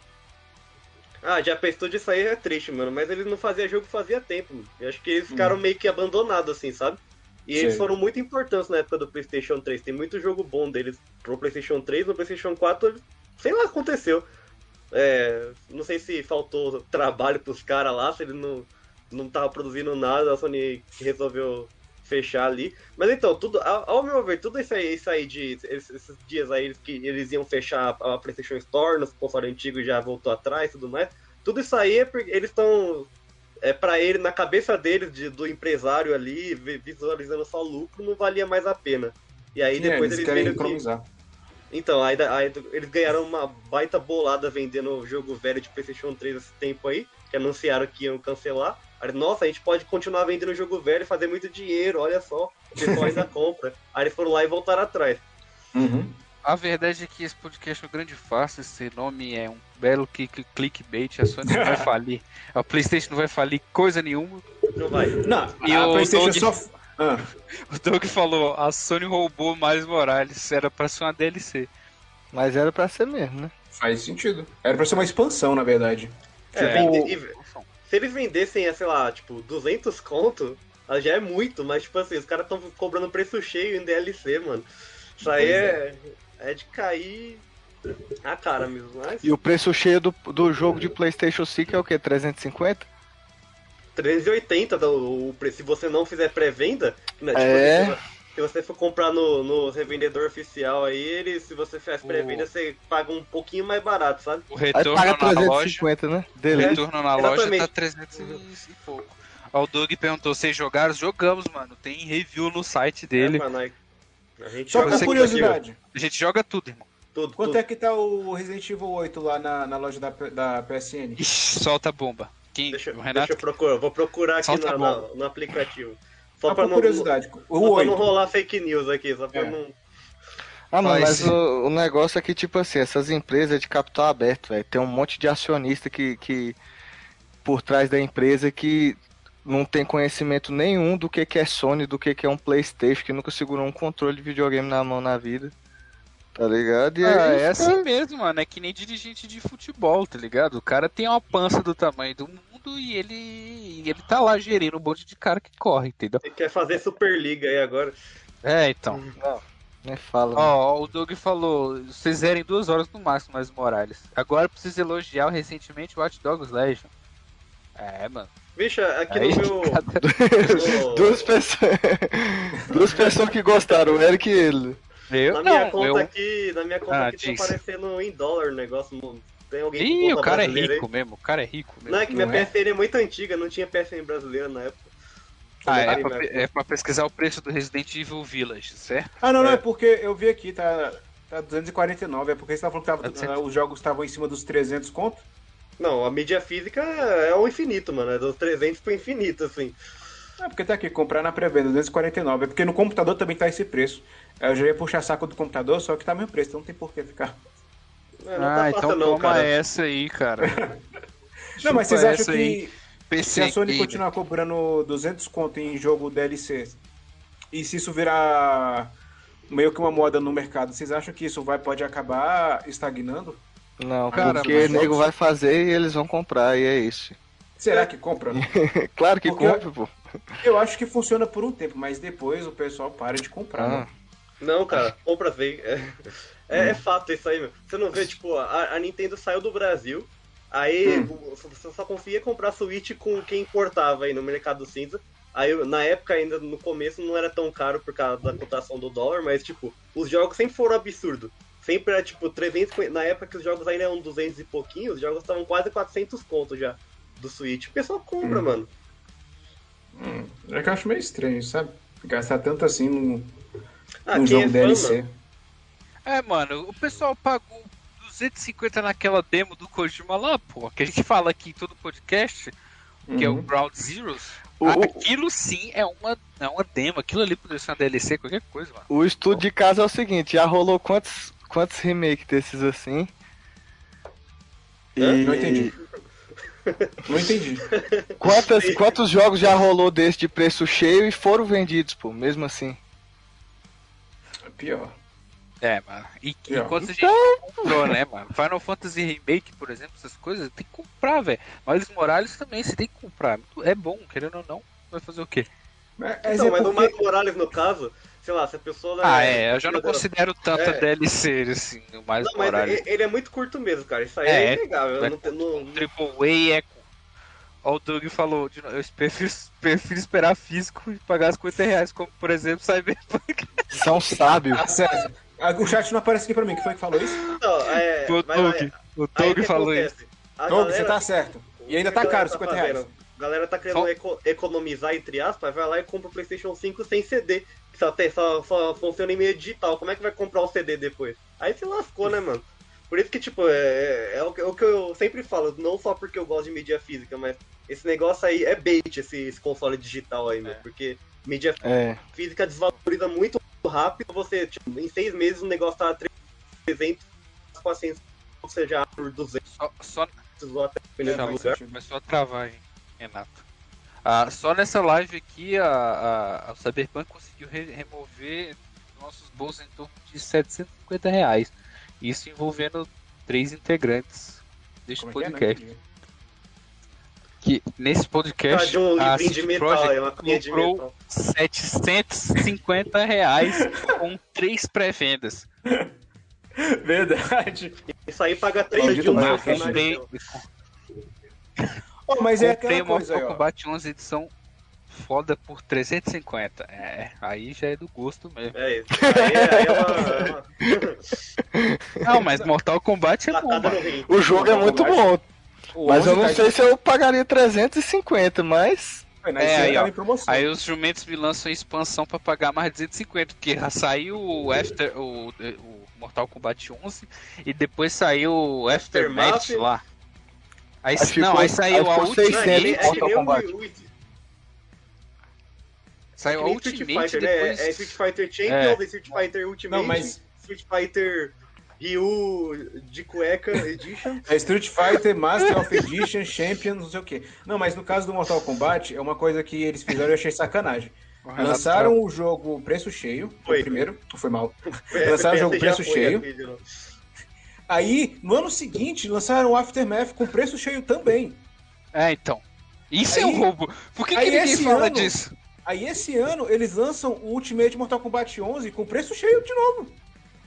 E: Ah, já pensou disso aí é triste, mano. Mas eles não faziam jogo fazia tempo, mano. Eu acho que eles ficaram meio que abandonados, assim, sabe? E eles
B: Sei.
E: foram muito importantes na época do PlayStation 3. Tem muito jogo bom deles pro PlayStation 3, no PlayStation 4, eles- sei lá, aconteceu. É, não sei se faltou trabalho pros caras lá, se eles não, não tava produzindo nada, a Sony resolveu fechar ali. Mas então, tudo, ao ao meu ver, tudo isso aí, isso aí de esses, esses dias aí que eles iam fechar a, a PlayStation Store, nos console antigo já voltou atrás e tudo mais. Tudo isso aí é porque eles estão. É pra ele, na cabeça deles, de- do empresário ali, vi- visualizando só lucro, não valia mais a pena. E aí
B: É,
E: depois
B: eles
E: eles,
B: querem
E: viram que.
B: economizar.
E: Então, aí, da- aí eles ganharam uma baita bolada vendendo o jogo velho de PlayStation 3 esse tempo aí, que anunciaram que iam cancelar. Aí, nossa, a gente pode continuar vendendo o jogo velho e fazer muito dinheiro, olha só, o pessoal ainda compra. Aí eles foram lá e voltaram atrás.
B: Uhum.
C: A verdade é que esse podcast é um grande fácil, esse nome é um belo click- clickbait, a Sony não vai falir. A Playstation não vai falir coisa nenhuma.
E: Não vai.
B: Não,
C: E
B: a
C: o
B: PlayStation
C: Doug-
B: só. Ah,
C: O Doug falou, a Sony roubou Miles Morales, era pra ser uma DLC.
D: Mas era pra ser mesmo, né?
B: faz sentido. Era pra ser uma expansão, na verdade.
E: É,
B: Tipo-
E: vende- e- se eles vendessem, é, sei lá, tipo, 200 conto, ah, já é muito, mas tipo assim, os caras estão cobrando preço cheio em DLC, mano. Isso aí
B: Pois
E: é, é de cair a cara mesmo, mas
D: E o preço cheio do, do jogo de PlayStation 5 é o quê? 350?
E: 380 tá o, o preço. Se você não fizer pré-venda, né, tipo,
D: É.
E: se você- se você for comprar no, no revendedor oficial aí, ele, se você faz pré-venda,
C: O-
E: você paga um pouquinho mais barato, sabe?
C: O
D: Aí
C: retorno
D: paga
C: na loja.
D: 350, né?
C: O
D: Dele.
C: retorno na loja tá
E: Exatamente.
C: 300 e pouco. Ó, O Doug perguntou, vocês jogaram? Jogamos, mano. Tem review no site dele.
E: É, mano, aí- a gente
B: Só
E: joga
B: por
C: você que
B: curiosidade.
C: a gente joga tudo, irmão.
E: Tudo,
B: Quanto
E: tudo.
B: é que tá o Resident Evil 8 lá na, na loja da, da PSN?
C: Ixi, solta a bomba. Quem?
E: Deixa,
C: o
E: deixa
C: Renato? tá
E: eu procurar, vou procurar aqui
C: Solta
E: na-
C: a
E: na-
C: bola.
E: no aplicativo. Só,
B: Só
E: pra,
B: por
E: não,
B: curiosidade.
E: só
B: O
E: pra
B: 8.
E: não rolar fake news aqui, só pra
B: É.
E: não.
D: Ah, mano,
C: Mas-
D: mas o, o negócio é que, tipo assim, essas empresas de capital aberto, velho, tem um monte de acionista que, que por trás da empresa que não tem conhecimento nenhum do que, que é Sony, do que, que é um Playstation, que nunca segurou um controle de videogame na mão na vida. Tá ligado? E
C: Ah,
D: aí,
C: é assim mesmo, mano. É que nem dirigente de futebol, tá ligado? O cara tem uma pança do tamanho do mundo e ele, e ele tá lá gerindo um monte de cara que corre, entendeu?
E: Ele quer fazer Superliga aí agora.
C: É, então.
D: nem
E: Uhum.
D: fala. né?
C: Ó, ó, o Doug falou: vocês zerem duas horas no máximo, mais Morales. Agora eu preciso elogiar o recentemente Watch Dogs Legion. É, mano.
E: Bicho, aqui
C: Aí,
E: no meu.
C: cada-
E: no-
D: Duas pessoas. Duas pessoas que gostaram, o Eric e ele.
C: Eu
E: Na minha
C: não,
E: conta
C: eu...
E: aqui, na minha conta
C: Ah,
E: aqui tá
C: diz.
E: aparecendo em dólar o negócio. não- Tem alguém com
C: Ih,
E: conta
C: o cara é
E: brasileira aí?
C: rico mesmo, o cara é rico mesmo.
E: Não, é que minha
B: Não é?
E: PSN é muito antiga, não tinha PSN brasileira na época.
C: Ah,
E: Aí,
C: é pra,
E: né?
C: é pra pesquisar o preço do Resident Evil Village, certo?
B: Ah, não, não,
E: É.
B: é porque eu vi aqui, tá? Tá 249, é porque você tá falando que tava-
C: Tá certo.
B: os jogos estavam em cima dos 300 conto.
E: Não, a mídia física é o infinito, mano. É dos 300 pro infinito, assim.
B: É porque tá aqui, comprar na pré-venda, 249. É porque no computador também tá esse preço. Aí Eu já ia puxar saco do computador, só que tá mesmo preço, então não tem por que ficar.
E: É, não
C: Ah,
E: tá
C: então
E: fácil não,
C: toma
E: cara.
C: essa aí, cara.
B: Não, mas vocês
C: Chupa
B: acham
C: essa aí,
B: que se
C: PC
B: a Sony
C: Gamer.
B: continuar cobrando 200 conto em jogo DLC e se isso virar meio que uma moda no mercado, vocês acham que isso vai pode acabar estagnando?
D: Não,
C: Cara,
D: porque
C: mas-
D: nego vai fazer e eles vão comprar, e é isso.
C: É.
B: Será que compra?
D: É claro que
B: Porque-
D: compra, pô.
B: Eu acho que funciona por um tempo, mas depois o pessoal para de comprar.
D: Ah.
B: né?
E: Não, cara, compra sim. É, é- é fato isso aí, meu. Você não vê, tipo, a, a Nintendo saiu do Brasil, aí
B: Hum.
E: o- você só conseguia comprar Switch com quem importava aí no mercado cinza. Aí, na época, ainda no começo, não era tão caro por causa da cotação do dólar, mas, tipo, os jogos sempre foram absurdo. Sempre era, tipo, 350... Na época que os jogos ainda eram 200 e pouquinho, os jogos estavam quase 400 conto já do Switch. O pessoal compra,
B: Hum.
E: mano.
B: Hum, é que eu acho meio estranho, sabe? Gastar tanto assim num,
E: Ah,
B: num
E: quem
B: Um jogo
E: é fã, mano?
B: DLC.
C: É, mano, o pessoal pagou 250 naquela demo do Kojima lá, pô, que a gente fala aqui em todo podcast, que é o
B: Uhum.
C: Ground Zeroes.
D: O- o-
C: Aquilo sim é uma, é uma demo, aquilo ali poderia ser uma DLC, qualquer coisa, mano.
D: O estudo de caso é o seguinte, já rolou quantos, quantos remake desses assim?
E: Hã?
B: Não entendi. Não entendi.
D: Quantas, quantos jogos já rolou desse de preço cheio e foram vendidos, pô, mesmo assim?
B: É pior.
C: É, mano. E que-
B: É,
C: enquanto a gente
E: Então-
C: não comprou, né, mano? Final Fantasy Remake, por exemplo, essas coisas, tem que comprar, velho. Mas Morales também, você tem que comprar. É bom, querendo ou não, vai fazer o quê?
B: Mas
E: Então,
B: é
E: mas o
B: porque-
E: Miles Morales, no caso, sei lá, se a pessoa...
C: Ah, é, eu já não
E: Entendeu?
C: considero tanta
E: É.
C: DLC, assim, o mais
E: Não, mas
C: Morales.
E: ele, ele é muito curto mesmo, cara. Isso aí
C: É,
E: é, inegável.
C: é.
E: Não tem- não-
C: Triple A é. Ó, o Doug falou, de novo, eu prefiro, prefiro esperar físico e pagar as 50 reais, como por exemplo,
E: É,
C: Cyberpunk.
D: São sábios.
B: Tá certo. Ah, O chat não aparece aqui pra mim. Quem foi que falou isso?
E: não, é,
C: o
E: mas
C: Doug,
E: aí-
C: o
E: aí o
C: Doug
E: que
C: falou isso.
E: acontece? A
B: Doug,
E: galera-
B: você tá certo. E ainda tá
E: o que a
B: caro,
E: galera
B: 50
E: fazendo?
B: reais.
E: A galera tá querendo
C: Só-
E: eco- economizar, entre aspas, vai lá e compra o PlayStation 5 sem CD. Que só, tem, só, só funciona em meio digital. Como é que vai comprar o CD depois? Aí se lascou, né, mano? Por isso que, tipo, é, é o, que- é o que eu sempre falo. Não só porque eu gosto de mídia física, mas esse negócio aí é bait, esse, esse console digital aí,
C: É.
E: meu. Porque mídia
D: É.
E: física desvaloriza muito rápido. Você, tipo, em seis meses o negócio tá 300, 400, ou seja, por 200
C: Só, só,
E: ou até dependendo
B: É,
E: do
B: faz
E: lugar.
B: sentido.
C: começou a travar, hein, Renato. Ah, só nessa live aqui, a, a, a Cyberpunk conseguiu re- remover nossos bolsos em torno de 750 reais. Isso envolvendo três integrantes deste
B: Como é que é?
E: né?
B: Não
C: podcast.
B: entendi.
C: que nesse
E: Ah,
C: podcast,
E: de um
C: a
E: livrinho de
C: CD
E: metal,
C: Projekt
E: é uma pilha de
C: comprou
E: metal.
C: 750 reais com três pré-vendas.
B: Verdade.
E: Isso aí paga 3
B: Maldito
E: de um
C: Eu
B: marketing,
E: personagem,
C: comprei,
E: meu.
B: Oh, mas é
C: comprei
B: aquela
C: uma
B: coisa aí,
C: Mortal
B: ó.
C: Kombat 11 edição foda por 350. É, aí já é do gosto mesmo.
E: É isso. Aí, aí é uma, é uma
C: Não, mas Mortal Kombat é bom,
E: patada no
C: mano.
E: rim.
D: O jogo é muito bom,
B: O
D: mas eu
B: 11
D: não
B: tá
D: sei se eu pagaria 350, mas...
B: de- na
C: É,
B: Steam
C: aí,
B: tava
C: ó.
B: em promoção.
C: Aí os jumentos me lançam a expansão pra pagar mais 250, porque já saiu o After o, o Mortal Kombat 11 e depois saiu o Aftermath
E: Aftermath.
C: lá. Aí,
D: Aí
C: não,
D: ficou-
C: aí saiu
D: aí
C: a
D: ficou
E: Não,
C: Ultimate,
E: é que nem- é que
D: Mortal
E: nem o
D: Kombat.
E: Wii U, é que
C: saiu a
E: nem é Street
C: Ultimate
E: Fighter, né?
C: depois...
E: É Street Fighter Champions, é Street Fighter Ultimate,
B: Não, mas
E: Street Fighter Ryu de cueca Edition.
B: é Street Fighter, Master of Edition, Champions, não sei o quê. Não, mas no caso do Mortal Kombat, é uma coisa que eles fizeram e eu achei sacanagem. Lançaram o jogo preço cheio, foi
E: Foi.
B: o primeiro, foi mal. Lançaram
E: É,
B: o
E: essa
B: jogo
E: já
B: preço
E: foi, né?
B: cheio.
E: aquele, não.
B: Aí, no ano seguinte, lançaram o Aftermath com preço cheio também.
C: É, então. Isso é
B: Aí-
C: um roubo. Por que, que
B: aí
C: ninguém
B: esse
C: fala
B: ano-
C: disso?
B: Aí, esse ano, eles lançam o Ultimate Mortal Kombat 11 com preço cheio de novo.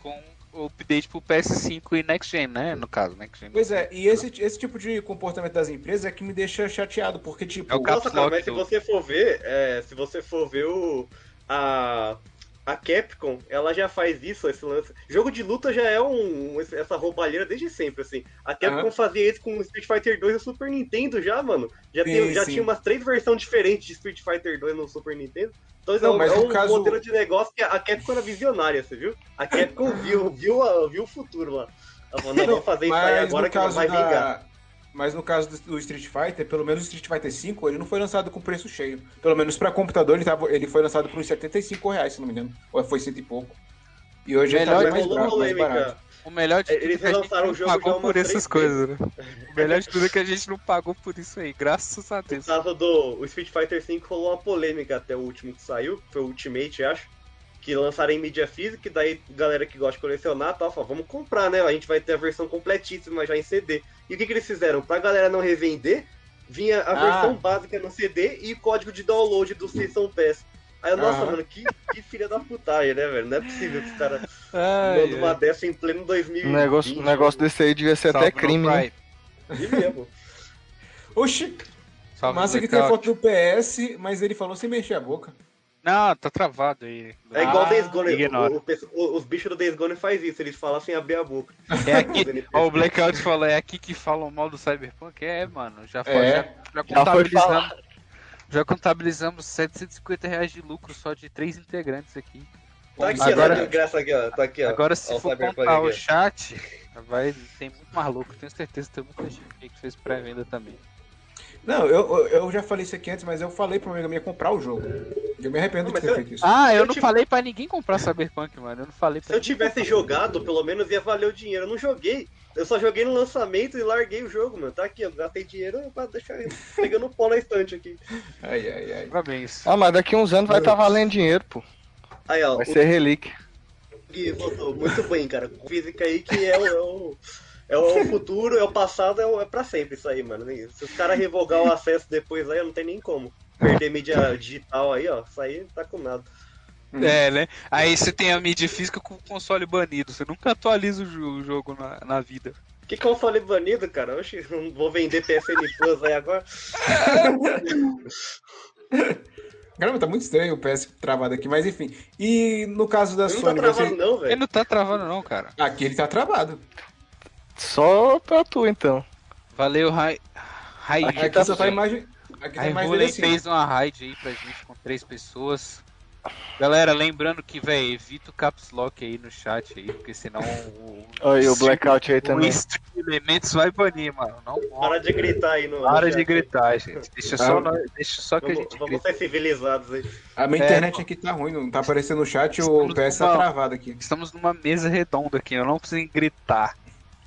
C: Com o update pro PS5 e Next Gen, né? No caso, Next Gen.
B: Pois é, e esse, esse tipo de comportamento das empresas é que me deixa chateado, porque, tipo,
C: É o Caps
E: Nossa, cara,
C: Lock
E: mas se
C: do-
E: você for ver, é, se você for ver o, a, a Capcom, ela já faz isso, esse lance. Jogo de luta já é um, um- esse- essa roubalheira desde sempre, assim. A Capcom
B: Aham.
E: fazia isso com o Street Fighter 2 e o Super Nintendo já, mano. Já,
B: Sim,
E: tem- já
B: sim.
E: tinha umas três versões diferentes de Street Fighter 2 no Super Nintendo. Então isso
B: Não,
E: é um,
B: mas
E: é
B: no
E: um
B: caso-
E: modelo de negócio que a Capcom era visionária, você viu? A Capcom viu, viu, a- viu o futuro lá. Ela falou, não, vamos fazer isso aí
B: Mas
E: agora
B: no
E: que não
B: caso
E: vai vingar.
B: da... Mas no caso do- do Street Fighter, pelo menos o Street Fighter 5, ele não foi lançado com preço cheio. Pelo menos pra computador, ele, tava, ele foi lançado por uns 75 reais, se não me engano. Ou foi cento e pouco. E hoje ele tá bem
D: Melhor
E: Mas
B: mais,
E: rolou
B: barato, mais
E: polêmica.
B: barato.
C: O melhor de
E: É,
C: tudo
E: eles
C: é que a gente
E: relançaram
C: não
E: o jogo já
C: pagou
E: umas
C: por essas
E: três
C: coisas, né? O melhor de tudo é que a gente não pagou por isso aí, graças a Deus.
E: caso do o Street Fighter V rolou uma polêmica até o último que saiu, que foi o Ultimate, acho. Que lançaram em mídia física, e daí galera que gosta de colecionar e tal, fala, vamos comprar, né? A gente vai ter a versão completíssima já em CD. E o que, que eles fizeram? Pra galera não revender, vinha a
B: Ah.
E: versão básica no CD e o código de download do Season Pass. Aí eu, nossa,
B: Aham.
E: mano, que, que filha da putagem, né, velho? Não é possível que os caras
C: Ai, é
E: mandam uma dessa em pleno 2020.
D: Um negócio, um negócio desse aí devia ser até crime, né?
E: E é mesmo.
B: Oxi, massa que tem foto do PS, mas ele falou sem mexer a boca.
C: Não, tá travado aí.
E: É igual
B: Ah,
E: o Days Gone,
C: ignora.
E: o- o pessoal- o- os bichos do Days Gone faz isso, eles falam sem abrir a boca.
C: É aqui.
E: Os NPCs.
C: Ó, o Blackout falou, é aqui que falam mal do Cyberpunk? É, mano,
E: Tá
C: já, foi,
B: É.
C: já,
E: né?
C: já
D: Já foi
C: contabilizamos. Já contabilizamos 750 reais de lucro só de três integrantes aqui.
E: Tá aqui,
C: Agora-
E: ó, tá graça aqui, ó. Tá aqui, ó.
C: Agora, se
E: Ó, o
C: for
E: Cyberpunk
C: contar
E: aqui, ó.
C: o chat, vai, tem muito mais lucro. Tenho certeza que tem muita gente aí que fez pré-venda também.
B: Não, eu, eu- eu já falei isso aqui antes, mas eu falei pra uma amiga minha comprar o jogo. E eu me arrependo
E: Não,
B: de
E: mas
B: ter
E: eu-
B: feito isso.
C: Ah, eu,
E: eu
C: não
E: tive-
C: falei pra ninguém comprar Cyberpunk, mano. Eu não falei pra
E: Se eu
C: ninguém
E: tivesse jogado, pelo menos ia valer o dinheiro. Eu não joguei. Eu só joguei no lançamento e larguei o jogo, mano. Tá aqui, eu gastei dinheiro pra deixar ele pegando pó na estante aqui.
B: Ai, ai, ai.
C: Parabéns.
D: Ah, mas daqui uns anos vai estar valendo dinheiro, pô.
E: Aí, ó,
D: Vai
E: o
D: ser relíquia.
E: Gui botou muito bem, cara. Física aí que é o. É o... É o futuro, é o passado, é, o- é pra sempre isso aí, mano. Se os caras revogar o acesso depois aí, não tem nem como. Perder mídia digital aí, ó. Isso aí tá com nada.
C: É, né? Aí você tem a mídia física com o console banido. Você nunca atualiza o jo- o jogo na, na vida.
E: Que console banido, cara? Oxi, não vou vender PSN Plus aí agora.
B: Caramba, tá muito estranho o PS travado aqui, mas enfim. E no caso da
E: Não tá
B: Sony,
E: travando,
B: você...
E: não,
C: Ele
E: velho.
C: não tá travando, não, cara.
B: aqui ele tá travado.
D: Só pra tu, então.
C: Valeu, Rai. Rai.
D: Aqui
B: Aqui,
D: tá
B: só tá imagem. Aqui tá
C: Aí
B: mais
C: Rulen fez uma raid aí pra gente com três pessoas. Galera, lembrando que, velho, evita o caps lock aí no chat aí, porque senão o,
D: Olha, e o blackout aí
C: o
D: também.
C: stream de elementos vai banir, mano. Não
E: Para de gritar aí no.
C: para
E: no
C: de
E: chat.
C: gritar, gente. Deixa só,
B: Ah.
C: nós- deixa só que a gente
E: Vamos, vamos
C: grita.
E: ser civilizados aí.
B: A minha
C: É,
B: internet aqui tá ruim, não tá aparecendo no chat, o
C: Estamos
B: PS tá
C: no mal.
B: travado aqui.
C: Estamos numa mesa redonda aqui, eu não preciso gritar.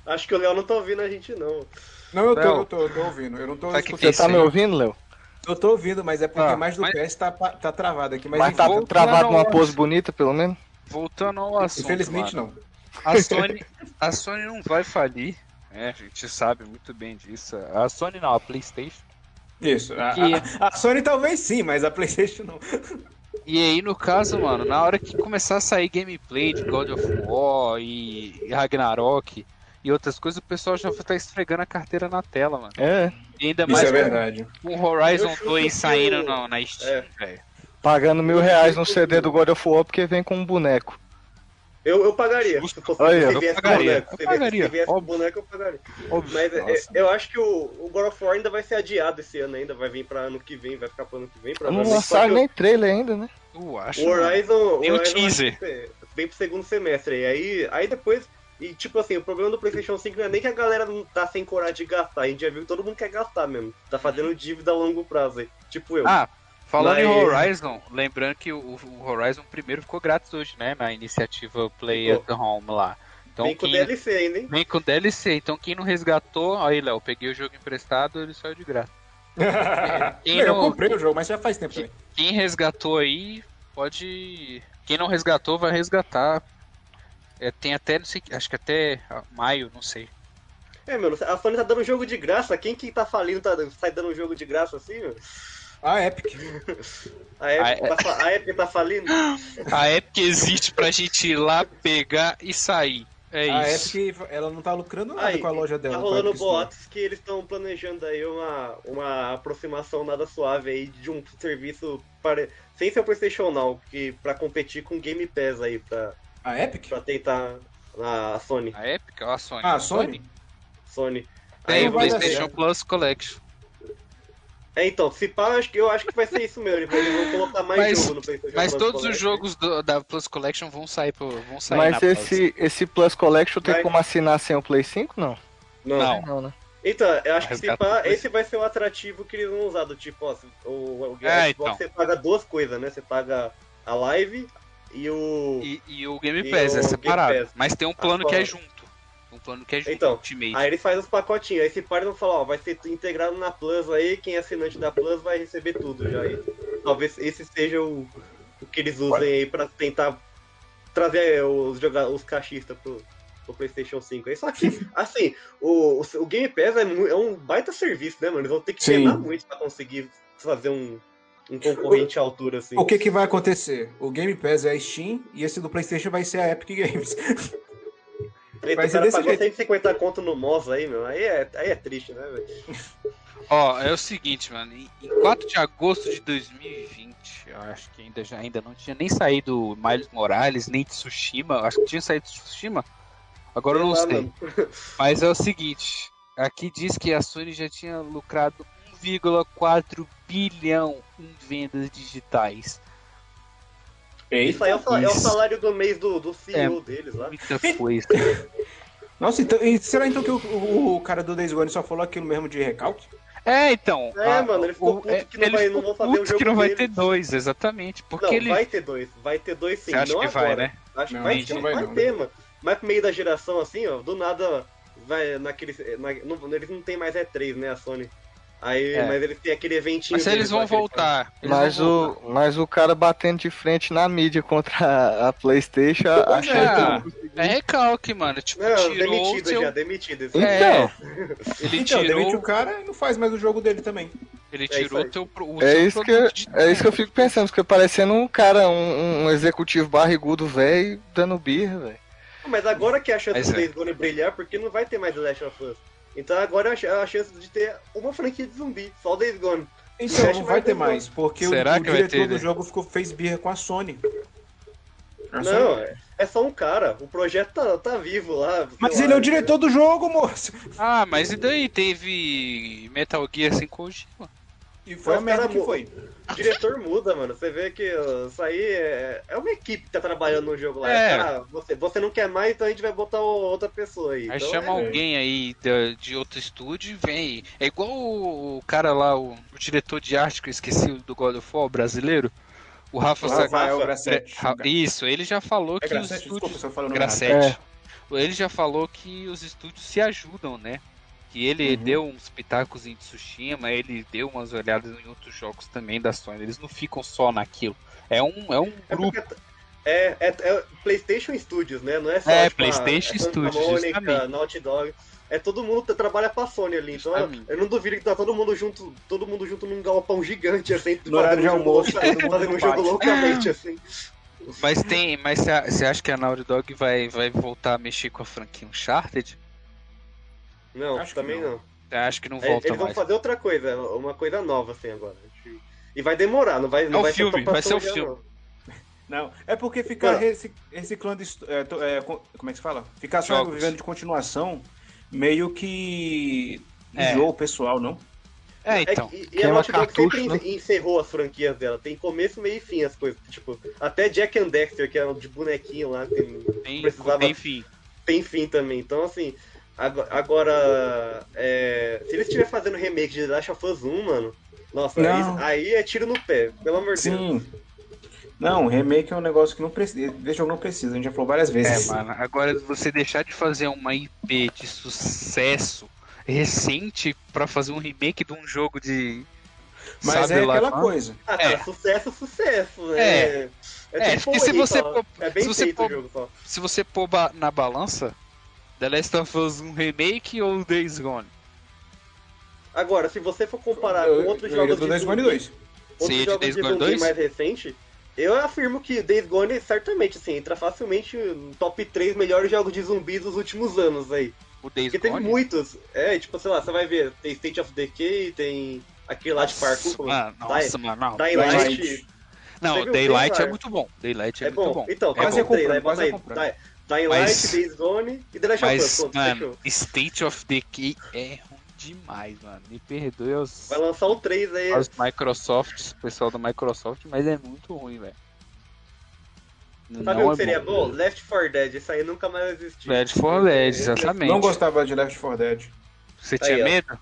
E: Acho que o Léo não tá ouvindo a gente, não.
B: Não, eu tô,
C: Não.
B: eu tô, eu tô ouvindo. Eu não tô
C: Tá que
B: escutando.
D: Você
C: Esse
D: tá me
C: aí.
D: ouvindo, Léo?
B: Eu tô ouvindo, mas é porque
C: Ah,
B: a mais do
C: mas-
B: PS tá, pa- tá travado aqui. Mas,
D: Mas tá
B: enfim,
C: voltando
D: travado
C: ao
D: numa
C: assunto.
D: pose bonita, pelo menos?
C: Voltando ao assunto.
B: infelizmente
C: mano.
B: não.
C: A Sony, a Sony não vai falir. É, a gente sabe muito bem disso. A Sony não, a PlayStation.
B: Isso. A,
C: Que- É,
B: a- a Sony talvez sim, mas a Playstation não.
C: E aí, no caso, mano, na hora que começar a sair gameplay de God of War e e Ragnarok e outras coisas, o pessoal já vai estar esfregando a carteira na tela, mano.
D: É.
C: E ainda
B: Isso
C: mais
B: é verdade.
C: com o Um Horizon
E: Eu chuto
C: 2
E: que
C: saindo
E: o-
C: na, na Steam,
E: É.
C: velho.
D: Pagando mil reais no CD do God of War porque vem com um boneco.
E: Eu, eu pagaria. Se fosse
D: Olha, eu
E: se viesse com
C: pagaria.
E: boneco.
C: Eu
E: Se viesse-
C: pagaria,
E: Se viesse com
C: óbvio.
E: boneco, eu pagaria.
C: Óbvio,
E: Mas é,
C: nossa.
E: eu acho que o, o God of War ainda vai ser adiado esse ano ainda. Vai vir pra ano que vem, vai ficar pro ano que vem.
D: Não
E: provavelmente. Só
D: lançaram
E: que o-
D: nem trailer ainda, né?
C: Eu acho.
E: O Horizon.
C: Tem um
E: Horizon
C: teaser.
E: Vem pro segundo semestre. E aí, aí depois. E tipo assim, o problema do PlayStation 5 não é nem que a galera não tá sem coragem de gastar. A gente já viu que todo mundo quer gastar mesmo. Tá fazendo dívida a longo prazo aí. Tipo eu.
C: Ah, falando em
E: Mas-
C: Horizon, lembrando que o, o Horizon primeiro ficou grátis hoje, né? Na iniciativa Play at Home lá. Então,
E: Vem com
C: quem...
E: DLC ainda, hein?
C: Vem com DLC, então quem não resgatou, aí Léo, peguei o jogo emprestado, ele saiu de graça. Quem,
B: Bem, eu
C: não,
B: comprei o jogo, mas já faz tempo também.
C: quem resgatou aí, pode. Quem não resgatou, vai resgatar. É, tem até, não sei, acho que até ah, maio, não sei.
E: É, meu, a Sony tá dando jogo de graça. Quem que tá falindo tá, sai dando jogo de graça assim, meu?
B: Ah, Epic.
E: A
C: Ah, é.
E: Epic, tá, fa- a Epic tá falindo?
C: A Epic existe pra gente ir lá, pegar e sair. É
B: a
C: isso.
B: Epic, ela não tá lucrando nada
E: Aí,
B: com a loja dela.
E: Tá
B: com a
E: rolando
B: Epic Store.
E: boatos que eles estão planejando aí uma, uma aproximação nada suave aí de um serviço pare- sem ser o PlayStation Now, que pra competir com Game Pass aí, pra,
B: A Epic?
E: pra tentar a Sony.
C: A Epic ou a Sony?
B: Ah, a Sony?
E: Sony.
B: Aí
C: Tem
B: não
C: o
B: vai dar
C: PlayStation
B: certo.
C: Plus Collection.
E: É, então, se pá, acho que- eu acho que vai ser isso mesmo. Eles vão colocar mais
C: Mas-
E: jogo no PlayStation
C: Mas
E: Plus
C: todos os
E: Collection.
C: jogos do- da Plus Collection vão sair, pro, vão sair na
D: Mas
C: Plus.
D: esse, esse Plus Collection tem
E: Vai.
D: como assinar sem o Play 5? Não.
E: Não.
C: Não.
D: Não, né?
E: Então, eu acho que se
C: Resgata
E: pá,
C: depois.
E: esse vai ser o atrativo que eles vão usar, do tipo, ó, o, o, o
C: É,
E: Xbox
C: então.
E: você paga duas coisas, né? Você paga a live e o...
C: E, e o Game
E: E
C: Pass
E: o
C: é
E: Game
C: separado.
E: Pass.
C: Mas tem um plano que é
E: fora.
C: junto. Um plano que é junto,
E: Então,
C: Ultimate.
E: Aí ele faz os pacotinhos, aí esse par não fala, ó, vai ser integrado na Plus aí, quem é assinante da Plus vai receber tudo já aí. Talvez esse seja o, o que eles usem aí pra tentar trazer os, joga- os cachistas pro, pro Playstation 5 aí. Só que, assim, o, o Game Pass é, mu- é um baita serviço, né, mano? Eles vão ter que
B: Sim.
E: treinar muito pra conseguir fazer um, um concorrente à altura, assim.
B: O que que vai acontecer? O Game Pass é a Steam e esse do PlayStation vai ser a Epic Games.
E: Ele-
B: vai
E: o
B: ser
E: cara
B: desse
E: pagou
B: jeito.
E: 150 conto no Moss aí, meu. Aí é, aí é triste, né, velho?
C: Ó, é o seguinte, mano. Em em 4 de agosto de 2020, eu acho que ainda, já, ainda não tinha nem saído o Miles Morales, nem Tsushima. eu Acho que tinha saído Tsushima. Agora eu não
E: Sei lá,
C: sei.
E: mano.
C: Mas é o seguinte, aqui diz que a Sony já tinha lucrado 1,4 bilhão em vendas digitais.
E: Isso aí é o, sal- é o
C: Isso. É,
E: salário do mês do, do CEO deles lá.
C: Muita coisa.
B: Nossa, então, e será então que o, o- o cara do Days Gone só falou aquilo mesmo de recalque?
C: É, então.
E: É, mano, ele ficou puto que não
C: ele
E: vai-
C: ficou
E: não vão fazer o
C: puto
E: jogo
C: que não vai
E: dele.
C: ter dois, exatamente. Porque
E: não,
C: ele.
E: vai ter dois. Vai ter dois sim.
C: Você acha
E: não
C: que
E: agora.
C: vai, né?
E: Acho que
B: Não,
E: vai,
B: gente,
E: ter,
B: não vai
E: vai
B: não. né?
E: ter, mano. Mas pro meio da geração, assim, ó, do nada, vai naquele. na- não- eles não tem mais E3, né, a Sony. Aí,
C: É.
E: mas eles têm aquele eventinho.
C: Mas eles
E: deles lá
C: vão
E: que eles
C: voltar. Eles
D: Mas
C: vão
D: o, mas o cara batendo de frente na mídia contra a, a PlayStation, a- a
C: Pois é.
D: chance-
C: É recalque, mano. Tipo,
E: fazem. Não,
C: tirou o
E: demitido
C: seu...
E: já, demitido. esse
C: É,
E: cara.
D: Então,
C: Ele
B: então,
C: tirou,
B: demite o cara e não faz mais o jogo dele também.
C: ele
E: É isso
C: tirou
E: aí.
C: teu pro- o
D: É
C: seu
D: isso que-
C: produto de-
D: é isso que eu fico pensando, porque parecendo um cara, um, um executivo barrigudo velho, dando birra, velho.
E: Mas agora que é a chance
C: Mas
E: do
C: é.
E: Days Gone brilhar, porque não vai ter mais The Last of Us. Então agora é a ch- é a chance de ter uma franquia de zumbi, só o Days Gone.
B: Então,
E: Acho
B: não
E: que
B: vai
E: vai
B: ter
E: ter
B: mais, porque o-
C: Será
B: o,
C: que vai
B: diretor
C: ter,
B: do
C: né?
B: jogo ficou, fez birra com a Sony.
C: Ah,
B: A Sony-
E: Não, é- é só um cara. O projeto tá, tá vivo lá. sei
B: Mas
E: lá.
B: ele é o diretor do jogo, moço!
C: Ah, mas e daí? Teve Metal Gear sem Kojima.
B: E foi a
E: Mas o
B: merda
E: um cara
B: que
E: mo-
B: foi.
E: O diretor muda, mano. Você vê que ó, isso aí é, é uma equipe que tá trabalhando no jogo lá.
C: É.
E: Ah, você, você não quer mais, então a gente vai botar o- outra pessoa aí.
C: Aí
E: Então,
C: chama
E: é,
C: alguém aí da- de, outro estúdio e vem. É igual o, o cara lá, o, o diretor de arte que eu esqueci do God of War brasileiro, o Rafa
E: O
C: Sag-
E: Rafael
B: Grassetti.
C: Ra- Isso, ele já falou
B: É
C: que os
B: Grassetti?
C: estúdios.
B: Desculpa se eu falo o nome errado.
C: Grassetti. Ele já falou que os estúdios se ajudam, né? Que ele
B: Uhum.
C: deu uns pitacos em Tsushima, ele deu umas olhadas em outros jogos também da Sony. Eles não ficam só naquilo. É um, é um
E: é
C: grupo.
E: porque É, é, é PlayStation Studios, né? Não é só.
C: É,
E: ah,
C: PlayStation
E: Santa
C: Studios,
E: Mônica,
C: justamente.
E: Naughty Dog. É todo mundo que trabalha pra Sony ali. Então eu-
C: Justamente.
E: eu não duvido que tá todo mundo junto, todo mundo junto num galpão gigante, assim.
B: No horário de
E: fazendo um
B: almoço, todo
E: jogo louca-
B: mundo
E: Fazendo
B: no
E: um jogo
B: pátio.
E: loucamente, assim.
C: Mas tem. Mas você acha que a Naughty Dog vai, vai voltar a mexer com a franquia Uncharted?
E: Não,
B: Acho que
E: também
B: não.
E: não.
C: Cê acha que não
E: É,
C: volta
E: eles vão
C: mais?
E: fazer outra coisa, uma coisa nova assim agora. E vai demorar, não vai, não
C: É o
E: vai
C: filme,
E: ser tão
C: vai ser o
E: pastelão,
C: filme.
E: não.
B: Não, é porque ficar
E: Mano.
B: reci- reciclando. estu- é, to- é, co- como é que se fala? Ficar só
C: Jogos.
B: vivendo de continuação meio que.
C: É.
B: enjoa o pessoal, não?
C: É, né?
E: É,
C: então.
E: e, e a
D: queima
E: Naughty Dog sempre
D: cartucho,
E: en- encerrou as franquias dela. Tem começo, meio e fim as coisas. Tipo, até Jack and Dexter, que era de bonequinho lá, tem,
C: Tem,
E: precisava-
C: tem fim.
E: tem fim também. Então, assim, ago- agora. é, se eles estiverem fazendo remake de The Last of Us 1, mano. Nossa,
B: Não.
E: aí, aí é tiro no pé, pelo amor de Deus.
B: Sim. Não, remake é um negócio que não precisa. Desse jogo não precisa, a gente já falou várias
C: É,
B: vezes.
C: mano, agora você deixar de fazer uma IP de sucesso recente pra fazer um remake de um jogo de.
B: Mas
C: sabe
B: é
C: lá
B: aquela
C: quando?
B: coisa.
E: Ah,
C: É.
E: tá, sucesso, sucesso, né?
C: É. É,
E: tipo
C: porque se
E: Ori,
C: você
E: só.
C: pôr-
E: É bem
C: se você
E: feito
C: pôr-
E: o jogo só.
C: Se você pôr ba- na balança, The Last of Us um remake ou Days Gone?
E: Agora, se você for comparar
B: Eu-
E: com outros
B: eu iria
E: jogos
B: do Days
E: zumbi-
B: Gone 2.
E: outros
C: Seria de
E: jogos
C: Days
E: de
C: Gone
E: zumbi
C: 2?
E: mais recente, Eu afirmo que Days Gone certamente, assim, entra facilmente no top 3 melhores jogos de zumbis dos últimos anos aí.
C: O Days
E: Porque tem
C: Gone?
E: muitos. É, tipo, sei lá, você vai ver, tem State of Decay, tem aquele lá de parkour. como-
C: Mano, nossa, mano. não.
E: Dying
B: Daylight.
E: Light.
C: Não,
E: Teve o
C: Daylight é
E: Daylight.
C: muito bom. Daylight é,
E: É
C: muito
E: bom.
C: bom.
E: Então,
C: É
E: tá
B: quase
E: bom. Três,
B: comprando,
E: aí bota
B: quase
E: aí.
B: comprando.
E: Dying- Dying
C: Mas-
E: Light, Days Gone e The Last of Us.
C: Mas,
E: Pronto,
C: mano,
E: fechou.
C: State of Decay é ruim demais, mano. Me perdoe aos,
E: Vai lançar o 3 aí.
C: aos Microsoft, o pessoal da Microsoft, mas é muito ruim, velho.
E: Sabe o
C: Não
E: que
C: é
E: seria bom? Left 4 Dead, isso aí nunca mais existiu.
C: Dead for Dead,
E: Eu-
C: exatamente.
B: Não gostava de Left 4 Dead.
C: Você
E: Aí,
C: tinha
E: ó.
C: medo?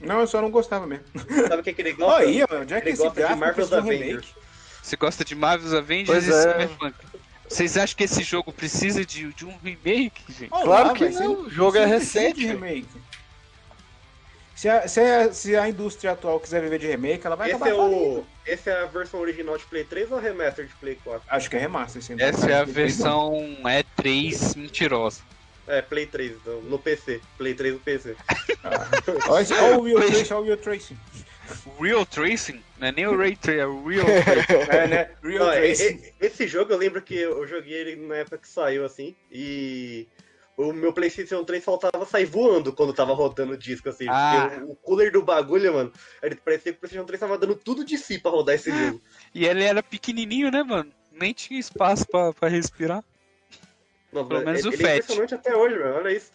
B: Não, eu só não gostava mesmo.
E: Sabe o que é que legal?
B: Olha aí, ó, onde é que
E: Ele
B: esse
E: gosta de
B: gráfico
E: Marvel's
B: precisa de um remake?
E: Avengers.
C: Você gosta de Marvel's Avengers
D: Pois
C: e
D: é.
C: Cyberpunk? Vocês acham que esse jogo precisa de, de um remake, gente?
B: Olha
D: Claro
B: lá,
D: que
B: velho, você
D: não, o jogo é
B: você precisa
D: recente,
B: de
D: velho.
B: remake. Se a, se, a, se a indústria atual quiser viver de remake, ela vai
E: Esse
B: acabar
E: é,
B: falindo.
E: o, esse é a versão original de Play 3 ou remaster de Play 4?
B: Acho que é remaster. esse ainda.
C: Essa é a versão E3 mentirosa.
E: É, Play 3, então, no PC. Play 3 no PC.
B: Olha esse- olha o Will Tracing, olha o Will Tracing.
C: Real Tracing? Não é nem o Ray Tracing, é o Real Tracing.
B: É, né? Real
E: Ó, e-
B: Tracing.
E: e- esse jogo eu lembro que eu joguei ele na época que saiu, assim, e o meu PlayStation 3 faltava sair voando quando tava rodando o disco, assim.
C: Ah.
E: porque O, o cooler do bagulho, mano, ele parecia que o PlayStation 3 tava dando tudo de si pra rodar
B: Ah,
E: esse jogo.
C: E ele era pequenininho, né, mano? Nem tinha espaço pra, pra respirar.
E: Nossa,
C: Pelo
E: mano,
C: menos
E: ele,
C: o
E: ele é
C: Fat.
E: impressionante até hoje, mano, olha isso.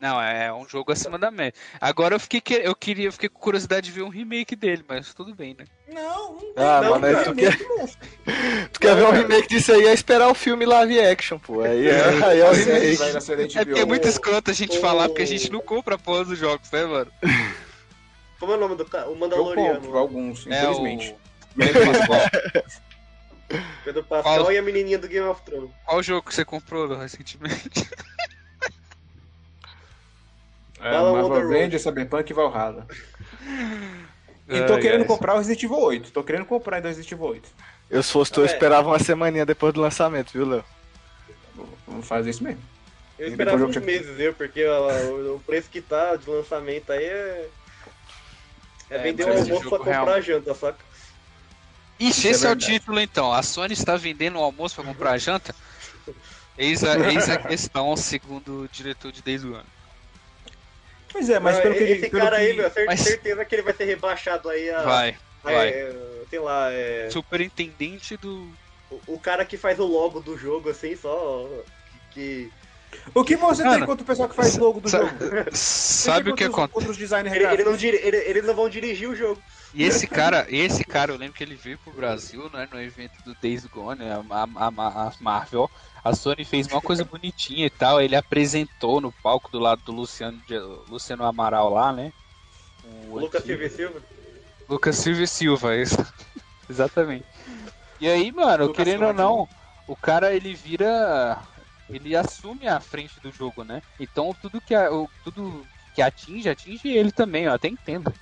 C: Não, é um jogo acima da média. Agora eu fiquei, que- eu queria, eu fiquei com curiosidade de ver um remake dele, mas tudo bem, né?
B: Não, não tem
D: Ah,
E: Não,
C: é
D: mano, aí
E: cara,
D: tu
E: não.
D: quer, tu quer ver um remake disso aí é esperar o filme live action, pô. Aí é, aí é o
B: Ele
D: remake.
B: vai na série
C: É porque é
B: HBO.
C: muito escroto a gente
E: o-
C: falar, porque a gente não compra a porra dos jogos, né, mano?
E: Como é o nome do cara? O
B: Eu compro
E: Mandaloriano.
B: alguns,
C: É o...
B: infelizmente.
E: Pedro Pascal
C: Qual-
E: e a menininha do Game of Thrones.
C: Qual jogo que você comprou Lu, recentemente?
B: É,
E: Fala
B: Marvel
E: Wonder Woman.
B: Avengers, Cyberpunk e Valhalla. E tô
C: Ai,
B: querendo
C: ai.
B: comprar o Resident Evil 8. Tô querendo comprar ainda o Resident Evil 8.
D: Eu, se fosse tu, eu
E: É.
D: esperava uma semaninha depois do lançamento, viu, Léo?
B: Vou- Vamos fazer isso mesmo.
E: Eu
B: Ele
E: esperava
B: comprou
E: uns
B: o jogo-
E: meses, viu? Porque ó, o, o preço que tá de lançamento aí é. É
C: É,
E: vender
C: mas
E: um
C: esse
E: almoço pra
C: jogo
E: comprar
C: realmente-
E: janta, saca?
C: Ixi,
B: Isso é
C: esse é, o
B: verdade.
C: título então. A Sony está vendendo o almoço para comprar a janta? Eis a, eis a questão, segundo o diretor de Days Gone.
B: Pois é, mas
E: Não,
B: pelo que...
E: esse
B: pelo
E: cara
B: que-
E: aí, meu, cer-
C: Mas-
E: certeza que ele vai ser rebaixado aí
B: Ah.
E: a.
C: Vai,
E: a-
C: vai.
E: é, sei lá, é,
C: Superintendente do.
E: o, o cara que faz o logo do jogo, assim, só. Que.
B: O que você
C: Cara,
B: tem contra o pessoal que faz logo do
C: sa-
B: jogo? Você
C: Sabe
B: tem
C: o que
B: contra os-
C: acontece?
B: Contra os designers
E: Ele, ele
B: gráficos?
E: não dir- ele- eles não vão dirigir o jogo.
C: E esse cara, esse cara, eu lembro que ele veio pro Brasil, né, no evento do Days Gone, a, a- a- a Marvel. A Sony fez uma coisa bonitinha e tal. Ele apresentou no palco do lado do Luciano, de- Luciano Amaral lá, né? O
E: O Lucas
C: antigo-
E: Silva e Silva.
C: Lucas Silva e Silva, isso. Exatamente. E aí, mano,
B: Lucas
C: querendo ou
B: Silva
C: não, o cara ele vira. Ele assume a frente do jogo, né? Então tudo que, a- o- tudo que atinge, atinge ele também, eu até entendo.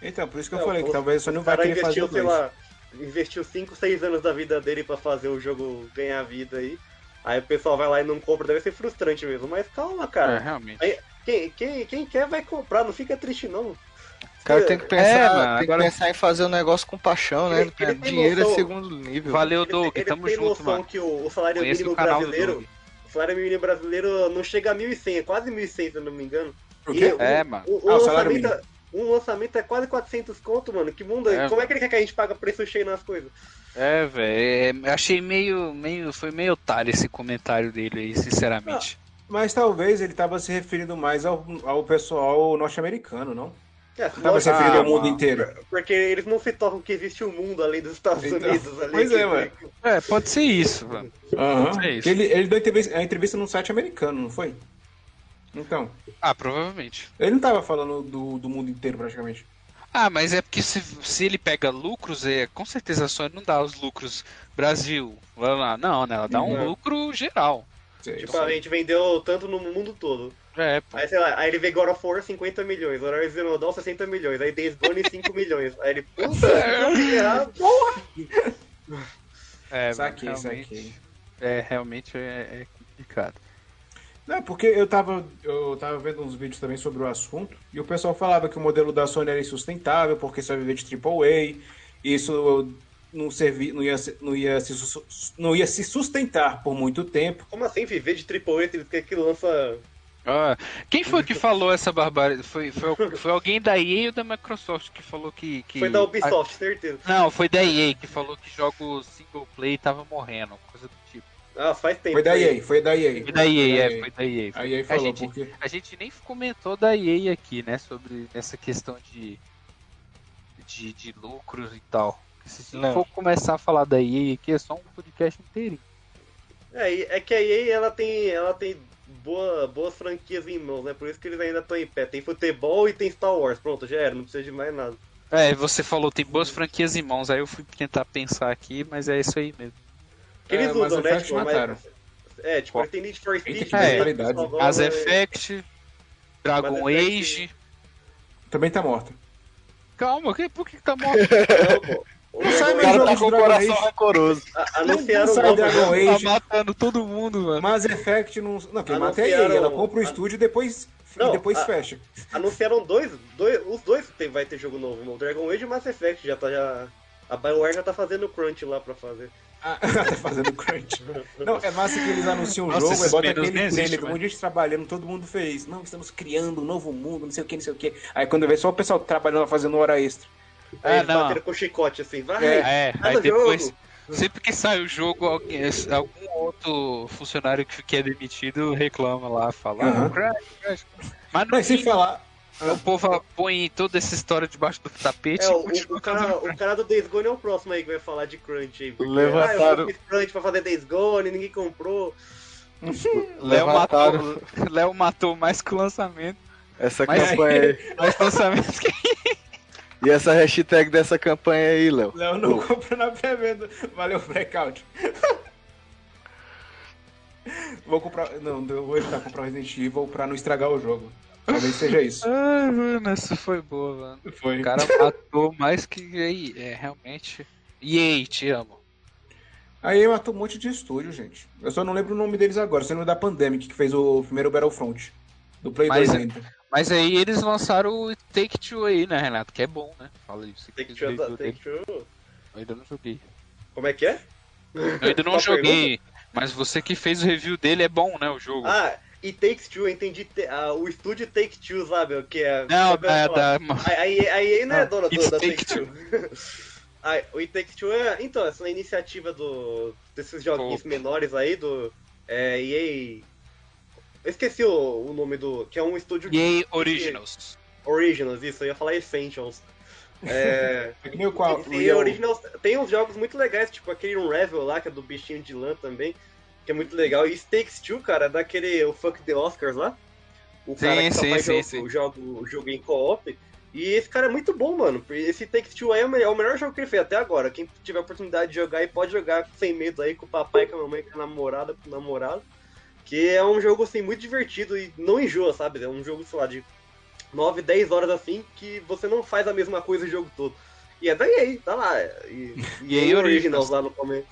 B: Então, por isso que eu
E: Não,
B: falei que
E: o
B: talvez você não
E: O
B: vai
E: cara
B: querer fazer
E: investiu,
B: os
E: sei
B: dois.
E: lá. Investiu 5, 6 anos da vida dele pra fazer o jogo ganhar vida aí. Aí o pessoal vai lá e não compra, deve ser frustrante mesmo. Mas calma, cara.
C: É, realmente.
E: Quem, quem, quem quer vai comprar, não fica triste não.
D: O cara tem que pensar,
C: É, mano,
D: tem que
C: agora-
D: pensar em fazer um negócio com paixão, né?
E: Ele- ele tem
D: Dinheiro é
E: noção.
D: segundo nível.
C: Valeu,
E: Ele,
C: Doug,
E: ele
C: tamo
E: tem
C: junto,
E: noção
C: mano.
E: que o, o salário
C: Conheço
E: mínimo
C: o canal do
E: um brasileiro.
C: Doug.
E: O salário mínimo brasileiro não chega a 1.100, é quase 1.100, se eu não me engano.
B: Por
E: E
B: quê?
E: o-
C: É, mano.
E: O, o
B: Ah, o salário
E: lançamento, um lançamento é quase 400 conto, mano. Que mundo é?
C: É,
E: Como é que ele quer que a gente paga preço cheio nas coisas?
C: É, velho. é, Achei meio, meio. Foi meio otário esse comentário dele aí, sinceramente.
B: Mas talvez ele tava se referindo mais ao, ao pessoal norte-americano, não?
E: É,
B: Não tava se
E: lógico,
B: referindo ao
C: ah,
B: mundo
C: mano.
B: inteiro.
E: porque eles não se tocam que existe um mundo além dos Estados
B: Então,
E: Unidos. Ali,
B: pois
E: que-
B: é, mano.
C: É, pode ser isso, mano.
B: Aham.
C: É isso.
B: Ele, ele deu entrevista, a entrevista num site americano, não foi? Então,
C: Ah, provavelmente.
B: ele não tava falando do, do mundo inteiro, praticamente.
C: Ah, mas é porque se, se ele pega lucros, é, com certeza a Sony não dá os lucros Brasil, lá, lá. não, né? Ela dá um
E: Uhum.
C: lucro geral.
B: Sei,
E: Tipo,
B: sei.
E: a gente vendeu tanto no mundo todo.
C: É, pô.
E: Aí, sei lá, aí ele vê God of War 50 milhões, Horizon Zero Dawn 60 milhões, aí Days Gone 5 milhões. Aí ele, puta, eu fiz errado.
C: É,
B: Saquei,
C: mas
B: saquei.
C: É, realmente é, é complicado.
B: Não, porque eu tava, eu tava vendo uns vídeos também sobre o assunto, e o pessoal falava que o modelo da Sony era insustentável, porque só viver de AAA, isso não, servi, não, ia, se- não, ia se, sus- não ia se sustentar por muito tempo.
E: Como assim viver de AAA tendo que que lança.
C: Ah, quem foi que falou essa barbaridade? Foi, foi, foi alguém da EA ou da Microsoft que falou que. que
E: Foi da Ubisoft, certeza.
C: Ah, não, foi da EA que falou que jogo single play tava morrendo, coisa do tipo.
E: Ah, faz tempo.
B: Foi da EA, foi da EA.
C: Foi da EA, é, foi da EA.
B: A EA
C: A
B: falou,
C: gente,
B: porque...
C: a gente nem comentou da EA aqui, né? Sobre essa questão de. de, de lucros e tal. Se
D: Não.
C: for começar a falar da EA aqui, é só um podcast inteiro.
E: É, e- é que a EA ela tem, ela tem boa, boas franquias em mãos, né? Por isso que eles ainda estão em pé. Tem futebol e tem Star Wars. Pronto, já era, não precisa de mais nada.
C: É, você falou, tem boas franquias em mãos, aí eu fui tentar pensar aqui, mas é isso aí mesmo.
E: Que eles
B: É, Mass
E: usam, né?
B: Effect
E: Tipo,
B: mataram.
E: mas, é, tipo,
C: Qual?
E: eles têm Need for
B: que
E: Speed,
C: ter
B: qualidade.
E: agora
C: Mass
E: é-
C: Effect, Dragon
E: Mass Effect-
C: Age.
B: Também tá morta.
C: Calma, que- por que que tá morto?
E: Não, pô. um O
B: sai
E: Dragon-
D: O
B: mais jogo
D: cara tá
B: de
D: com o
B: Dragon
D: coração
B: Age.
D: rancoroso.
E: a-
B: não
E: Anunciaram né?
B: sai é
E: o
B: Dragon
C: Tá
B: Age,
C: matando todo mundo, mano.
B: Mass Effect não... Não, quem mata é a EA.
E: Anunciaram-
B: Ela compra o estúdio e depois,
E: Não,
B: e depois
E: a-
B: fecha.
E: Anunciaram dois, dois. Os dois tem, vai ter jogo novo, mano. Dragon Age e Mass Effect já tá. Já, a Bioware já tá fazendo crunch lá pra fazer.
B: Ah, tá fazendo crunch. Não, é massa que eles anunciam o
C: Nossa,
B: jogo,
C: esses
B: aí bota
C: meninos
B: aquele
C: nem
B: trailer,
C: existem,
B: um monte de gente trabalhando, todo mundo feliz. Não, estamos criando um novo mundo, não sei o que, não sei o que. Aí quando vê só o pessoal trabalhando, lá, fazendo hora extra.
E: Aí
C: Ah,
E: eles
C: não.
E: bateram com chicote assim, vai!
B: É.
C: É,
E: Cada
C: aí depois.
E: jogo.
C: Sempre que sai o jogo, alguém- algum outro funcionário que que é demitido reclama lá, fala.
B: Aham.
C: "Ah, crash, crash". Mas
B: Não,
C: não
B: e sem falar.
C: o povo põe toda essa história debaixo do tapete
E: É,
C: e
E: o,
C: continua
E: o cara,
C: fazendo
E: o cara do Days Gone é o próximo aí que vai falar de crunch aí. porque, Ah,
D: Levantaram-
E: eu fiz crunch pra fazer Days Gone, ninguém comprou.
C: Léo
D: é um
C: matou,
D: Levantaram
C: Léo matou mais que o lançamento.
D: essa
C: Mas-
D: campanha aí.
C: Mais lançamento que
D: E essa hashtag dessa campanha aí, Léo?
B: Léo não compra na pré-venda. Valeu, blackout. Vou comprar. Não, eu vou evitar comprar Resident Evil pra não estragar o jogo. Talvez seja isso.
C: Ai, mano, essa foi boa, mano.
B: Foi.
C: O cara matou mais que. Aí, é, realmente. E aí, te amo.
B: Aí matou um monte de estúdio, gente. Eu só não lembro o nome deles agora. Você lembra da Pandemic, que fez o primeiro Battlefront. Do Play
C: Mas
B: 2
C: é-
B: ainda.
C: Mas aí eles lançaram o Take Two aí, né, Renato? Que é bom, né? Fala aí, você que
E: Take two, é
C: fez o review
E: take
C: dele.
E: two.
C: Eu ainda não joguei.
E: Como é que é?
C: Eu ainda não
E: Uma
C: joguei, mas você que fez o review dele é bom, né? O jogo.
E: Ah, e Takes Two, eu entendi. te- ah, o estúdio Take Two, sabe? O que é.
C: não,
E: sabe, eu
C: da,
E: falar.
C: da,
E: A EA não é dona do,
C: It's
E: da
C: Take
E: Take Two. A- o It Takes Two é. Então, essa iniciativa do, desses joguinhos
C: Pô.
E: menores aí do. É, EA. Eu esqueci o, o nome do. Que é um estúdio
C: EA Originals.
E: Originals, isso, eu ia falar Essentials. É,
B: É que nem o qual.
E: esse
B: o-
E: Originals tem uns jogos muito legais, tipo aquele Unravel lá, que é do bichinho de lã também, que é muito legal. E Stakes 2, cara, é daquele o Fuck the Oscars lá. O
C: Sim,
E: cara que só
C: sim,
E: faz
C: sim,
E: jogo,
C: sim.
E: jogo, jogo em co-op. E esse cara é muito bom, mano. Esse Takes Two aí é o melhor, é o melhor jogo que ele fez até agora. Quem tiver a oportunidade de jogar aí, pode jogar sem medo aí com o papai, com a mamãe, com a namorada, com o namorado. Que é um jogo, assim, muito divertido e não enjoa, sabe? É um jogo, sei lá, de 9, 10 horas assim, que você não faz a mesma coisa o jogo todo. E é da EA, tá lá. E, e
C: EA
E: EA
C: Originals.
E: Originals lá no começo.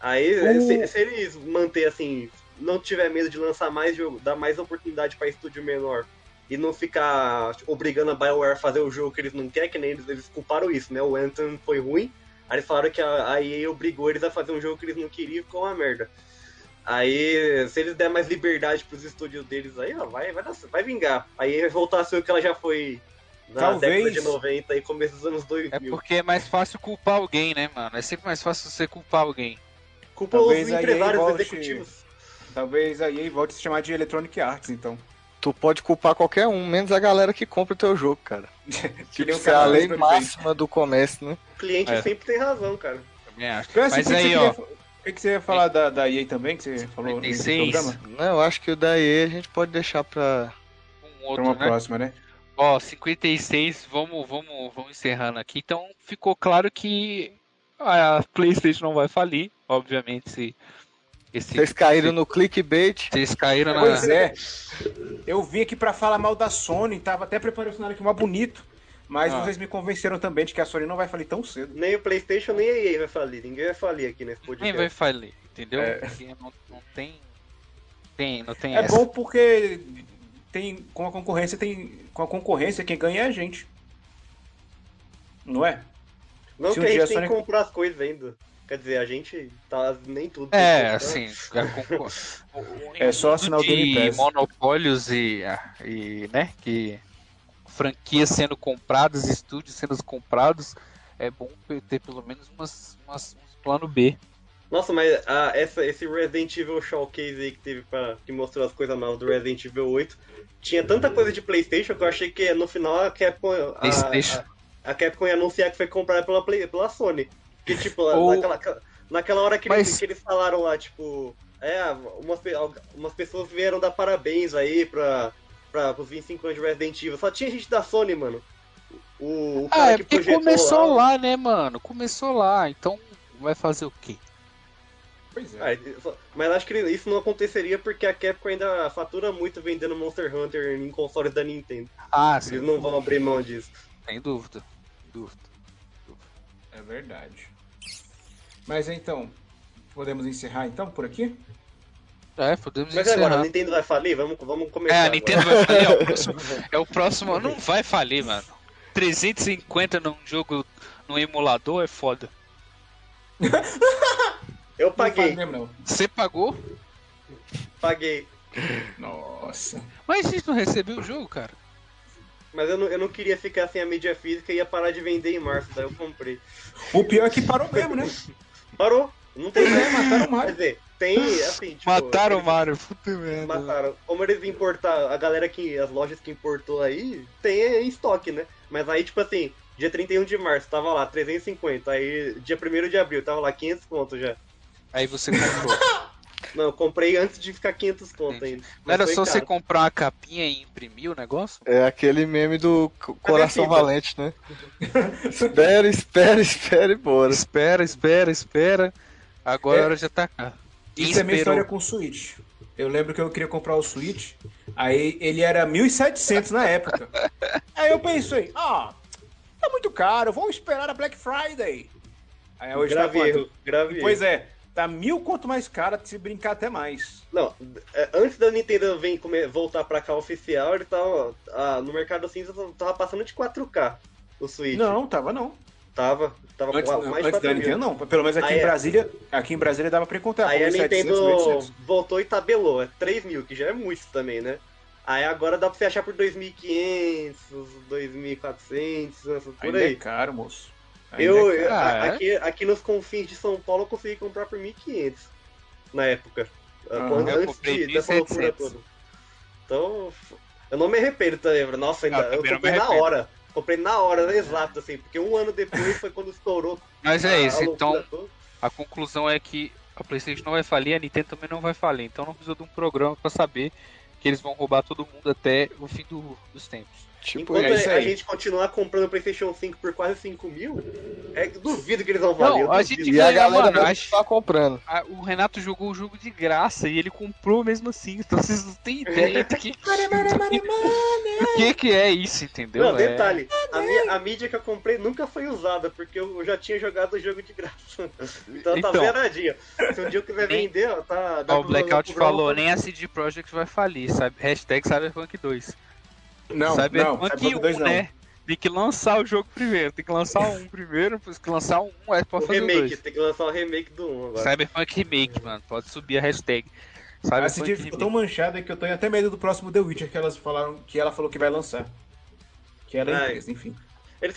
E: Aí, é, se, se eles manter assim, não tiver medo de lançar mais jogo, dar mais oportunidade pra estúdio menor e não ficar obrigando a BioWare a fazer o jogo que eles não querem, que nem eles, eles culparam isso, né? O Anthem foi ruim, aí eles falaram que a, a EA obrigou eles a fazer um jogo que eles não queriam e ficou uma merda. Aí, se eles der mais liberdade pros estúdios deles aí, ó, vai, vai, dar- vai vingar. Aí vai voltar a ser o que ela já foi na década
B: Talvez.
E: de 90 e começo dos anos 2000.
C: É porque é mais fácil culpar alguém, né, mano? É sempre mais fácil você culpar alguém.
E: Culpa
B: Talvez
E: os
B: aí é
E: empresários
B: volte-
E: executivos.
B: Talvez a EA volte a se chamar de Electronic Arts, então.
D: Tu pode culpar qualquer um, menos a galera que compra o teu jogo, cara.
B: Que
D: Tipo,
B: nem o
D: isso é a
B: cara
D: lei
B: do
D: máxima do comércio, né?
E: O cliente
C: É.
E: sempre tem razão, cara.
C: Também acho.
B: Cara,
C: Mas
B: assim, o que
C: aí,
B: que
C: ó.
B: você ia- O que que você ia falar da, da EA também, que você falou no início do
C: 56.
B: programa?
D: Não, eu acho que o daí a gente pode deixar pra.
C: Um
B: Pra
C: outro,
B: uma
C: né?
B: próxima, né?
C: Ó, 56, vamos, vamos, vamos encerrando aqui. Então ficou claro que a PlayStation não vai falir, obviamente, se esse,
D: Vocês caíram no clickbait.
C: vocês caíram na.
B: Pois é. Eu vim aqui pra falar mal da Sony, tava até preparando o cenário aqui mó bonito. Mas
C: Ah.
B: vocês me convenceram também de que a Sony não vai falir tão cedo.
E: Nem o PlayStation, nem a EA vai falir. Ninguém vai falir aqui nesse
C: Ninguém
E: podcast.
C: vai falir, entendeu?
B: É.
C: Porque não, não tem. Tem, não tem
B: É
C: essa.
B: bom porque tem com a concorrência tem com a concorrência quem ganha é a gente. Não é?
E: Não
B: Se um
E: que a
B: dia
E: gente tem
B: Sonic-
E: que comprar as coisas ainda. Quer dizer, a gente tá nem tudo.
C: É,
E: Então,
C: assim, cara, com- o- o-
B: É só assinar o Game
C: de
B: Pass.
C: monopólios e, ah, e, né, que franquias sendo compradas, estúdios sendo comprados, é bom pe- ter pelo menos umas, umas, uns plano B.
E: Nossa, mas ah, essa, esse Resident Evil Showcase aí que teve pra, que mostrou as coisas novas do Resident Evil 8, tinha tanta coisa de Playstation que eu achei que no final a Capcom,
C: PlayStation.
E: a, a, a Capcom ia anunciar que foi comprada pela, Play- pela Sony. Que tipo, lá-
C: Ou-
E: naquela, naquela hora que, eles-
C: Mas-
E: que eles falaram lá, tipo, é, umas, pe- al- umas pessoas vieram dar parabéns aí pra, pra, pros 25 anos de Resident Evil. Só tinha gente da Sony, mano. O, o
C: Ah,
E: cara
C: é
E: que
C: porque
E: projetou
C: começou lá, né, mano? Começou lá, então vai fazer o quê?
B: Pois
E: Ah, isso- mas acho que isso não aconteceria porque a Capcom ainda fatura muito vendendo Monster Hunter em consoles da Nintendo.
C: Ah,
E: Eles
C: sim,
E: não vão abrir mão disso.
C: sem dúvida. sem dúvida.
B: É verdade. Mas então, podemos encerrar então por aqui?
C: É, podemos
E: Mas e
C: encerrar.
E: agora, a Nintendo vai falir? Vamos, vamos começar.
C: É, a
E: agora.
C: Nintendo vai falir, é o próximo. É o próximo. Não vai falir, mano. 350 num jogo, num emulador é foda.
E: Eu
B: Não faz
E: paguei,
B: mesmo, não.
C: Você pagou,
E: paguei.
B: Nossa.
C: mas a gente não recebeu o jogo, cara.
E: Mas eu não, eu não queria ficar sem a mídia física e ia parar de vender em março, daí eu comprei.
B: O pior é que parou mesmo, né?
E: Parou! Não tem
B: Pois é,
E: mais.
B: mataram o
E: Quer
B: Mario.
E: dizer, tem assim, tipo.
C: Mataram o
E: eles-
C: Mario, puta merda.
E: Mataram. Como eles importaram, a galera que. As lojas que importou aí, tem em estoque, né? Mas aí, tipo assim, dia 31 de março tava lá 350, aí dia 1 de abril tava lá 500 conto já.
C: Aí você comprou.
E: Não, eu comprei antes de ficar 500 conto ainda.
C: Não era
E: foi
C: só você
E: caro.
C: comprar uma capinha e imprimir o negócio?
D: É aquele meme do co- coração
E: fita.
D: valente, né? espera, espera, espera e bora.
C: Espera, espera, espera. Agora
B: É.
C: é hora de atacar. E
B: Isso é minha
C: esperou.
B: história com o Switch. Eu lembro que eu queria comprar o Switch, aí ele era 1.700 na época. Aí eu pensei, ah, tá muito caro, vou esperar a Black Friday. Aí hoje
E: grave
B: tá quanto?
E: erro, grave erro.
B: Pois é, tá mil quanto mais cara, se brincar até mais.
E: Não, é, antes da Nintendo vir come- voltar pra cá oficial, ele tava. ah, no mercado cinza tava passando de 4K o Switch.
B: Não, tava não.
E: Tava. Tava
B: Antes,
E: com a- mais de
B: antes da
E: 4 mil.
B: Nintendo não, pelo menos aqui
E: Aí
B: em
E: é.
B: Brasília, aqui em Brasília dava pra
C: Tá,
B: encontrar. é
E: Aí a
B: 1.700,
E: Nintendo
B: 1.800.
E: voltou e tabelou, é 3 mil, que já é muito também, né? Aí agora dá pra você achar por 2.500, 2.400, essa- por
B: Ainda
E: aí.
B: é caro, moço. Ainda
E: Eu,
B: é
E: eu-
B: caro.
E: a-
C: é?
E: aqui, aqui nos confins de São Paulo eu consegui comprar por 1.500 na época.
B: Aham.
E: Quando-
C: Ah, Eu
E: antes
C: comprei
E: de, dessa loucura
C: 1.700.
E: toda. Então, f- eu não me arrependo também. bro. Nossa, ainda,
C: Ah, também
E: eu
C: não me
E: comprei na
C: arrependo. É.
E: hora. Comprei na hora, né, exato, assim. Porque um ano depois foi quando estourou.
C: Mas é
E: a- a
C: isso,
E: loucura
C: então
E: toda.
C: a conclusão é que a PlayStation não vai falir, a Nintendo também não vai falir. Então não precisa de um programa pra saber que eles vão roubar todo mundo até o fim do- dos tempos.
D: Tipo,
E: Enquanto
B: é isso
E: a
B: aí.
E: gente continuar comprando o PlayStation 5 por quase 5 mil, é, duvido que eles vão valer.
C: Não,
E: eu
C: a
E: duvido.
C: gente
D: e a
C: ganha,
D: galera
C: mano.
D: vai
C: acho-
D: continuar comprando.
C: a- o Renato jogou o jogo de graça e ele comprou mesmo assim. Então vocês não têm ideia do que, do que, que é isso, entendeu?
E: Não,
D: né?
C: É-
E: detalhe, a, minha- a mídia que eu comprei nunca foi usada, porque eu já tinha jogado o jogo de graça. Então,
C: Então.
E: tá zeradinha. Se um dia eu quiser
C: Nem-
E: vender, ó, tá. dá
C: É, Ó, o
E: pra jogar
C: Blackout
E: pro Bruno.
C: falou, nem é a CD Projekt vai falir. Sabe? Hashtag Cyberpunk 2.
B: Não, não,
C: Cyberpunk
B: Cyberpunk
C: 1,
B: 2 não.
C: né? Tem que lançar o jogo primeiro. Tem que lançar o 1 primeiro, depois que lançar o 1, aí pode
E: O
C: fazer o
E: remake, tá
C: 2.
E: tem que lançar o remake do 1 agora.
C: Cyberpunk Remake, mano. Pode subir a hashtag.
B: A CD
C: Cyberpunk
B: Ah, ficou tão
C: Remake.
B: manchada que um eu tenho até medo do próximo The Witcher que elas falaram que ela falou que vai lançar. Que ela é
E: Ai.
B: empresa, enfim.
E: Eles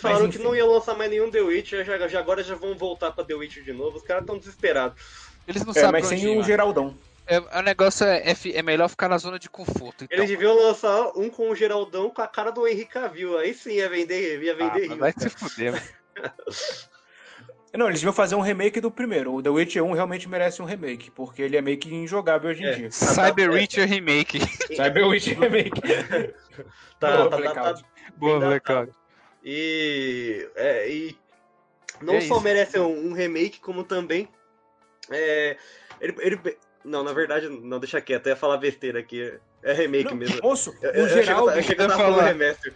B: Mas,
E: falaram
B: enfim.
E: que não ia lançar mais nenhum The Witcher, já, já- agora já vão voltar pra The Witcher de novo. Os caras tão desesperados.
C: Eles não
B: É,
C: sabem
B: mas
C: onde
B: sem
C: ir,
B: o
C: mano.
B: Geraldão.
C: É, o negócio é, é fi- é melhor ficar na zona de conforto. Então,
E: Eles deviam lançar um com o Geraldão com a cara do Henrique Cavill. Aí sim ia vender, ia
C: Ah,
E: vender
C: mas
E: rio,
C: vai
E: cara.
C: se fuder, mano.
B: Não, eles deviam fazer um remake do primeiro. O The Witcher 1 realmente merece um remake, porque ele é meio que injogável hoje em
E: É.
B: dia.
C: Cyber Reacher Remake.
B: Cyber Witcher é Remake. Boa,
E: Tá, tá, tá, tá,
B: Blackout.
C: Boa,
E: Ainda-
C: Blackout.
E: E, é, e não
C: E é
E: só
C: isso.
E: merece um, um remake, como também. é, ele, ele- não, na verdade, não, deixa quieto, eu ia falar besteira aqui. É remake
B: Não,
E: mesmo.
B: Moço,
E: Eu, tá-
B: o
E: eu,
B: Geraldo.
E: eu chego a
C: eu ia
E: estar falando
C: falar.
E: remaster.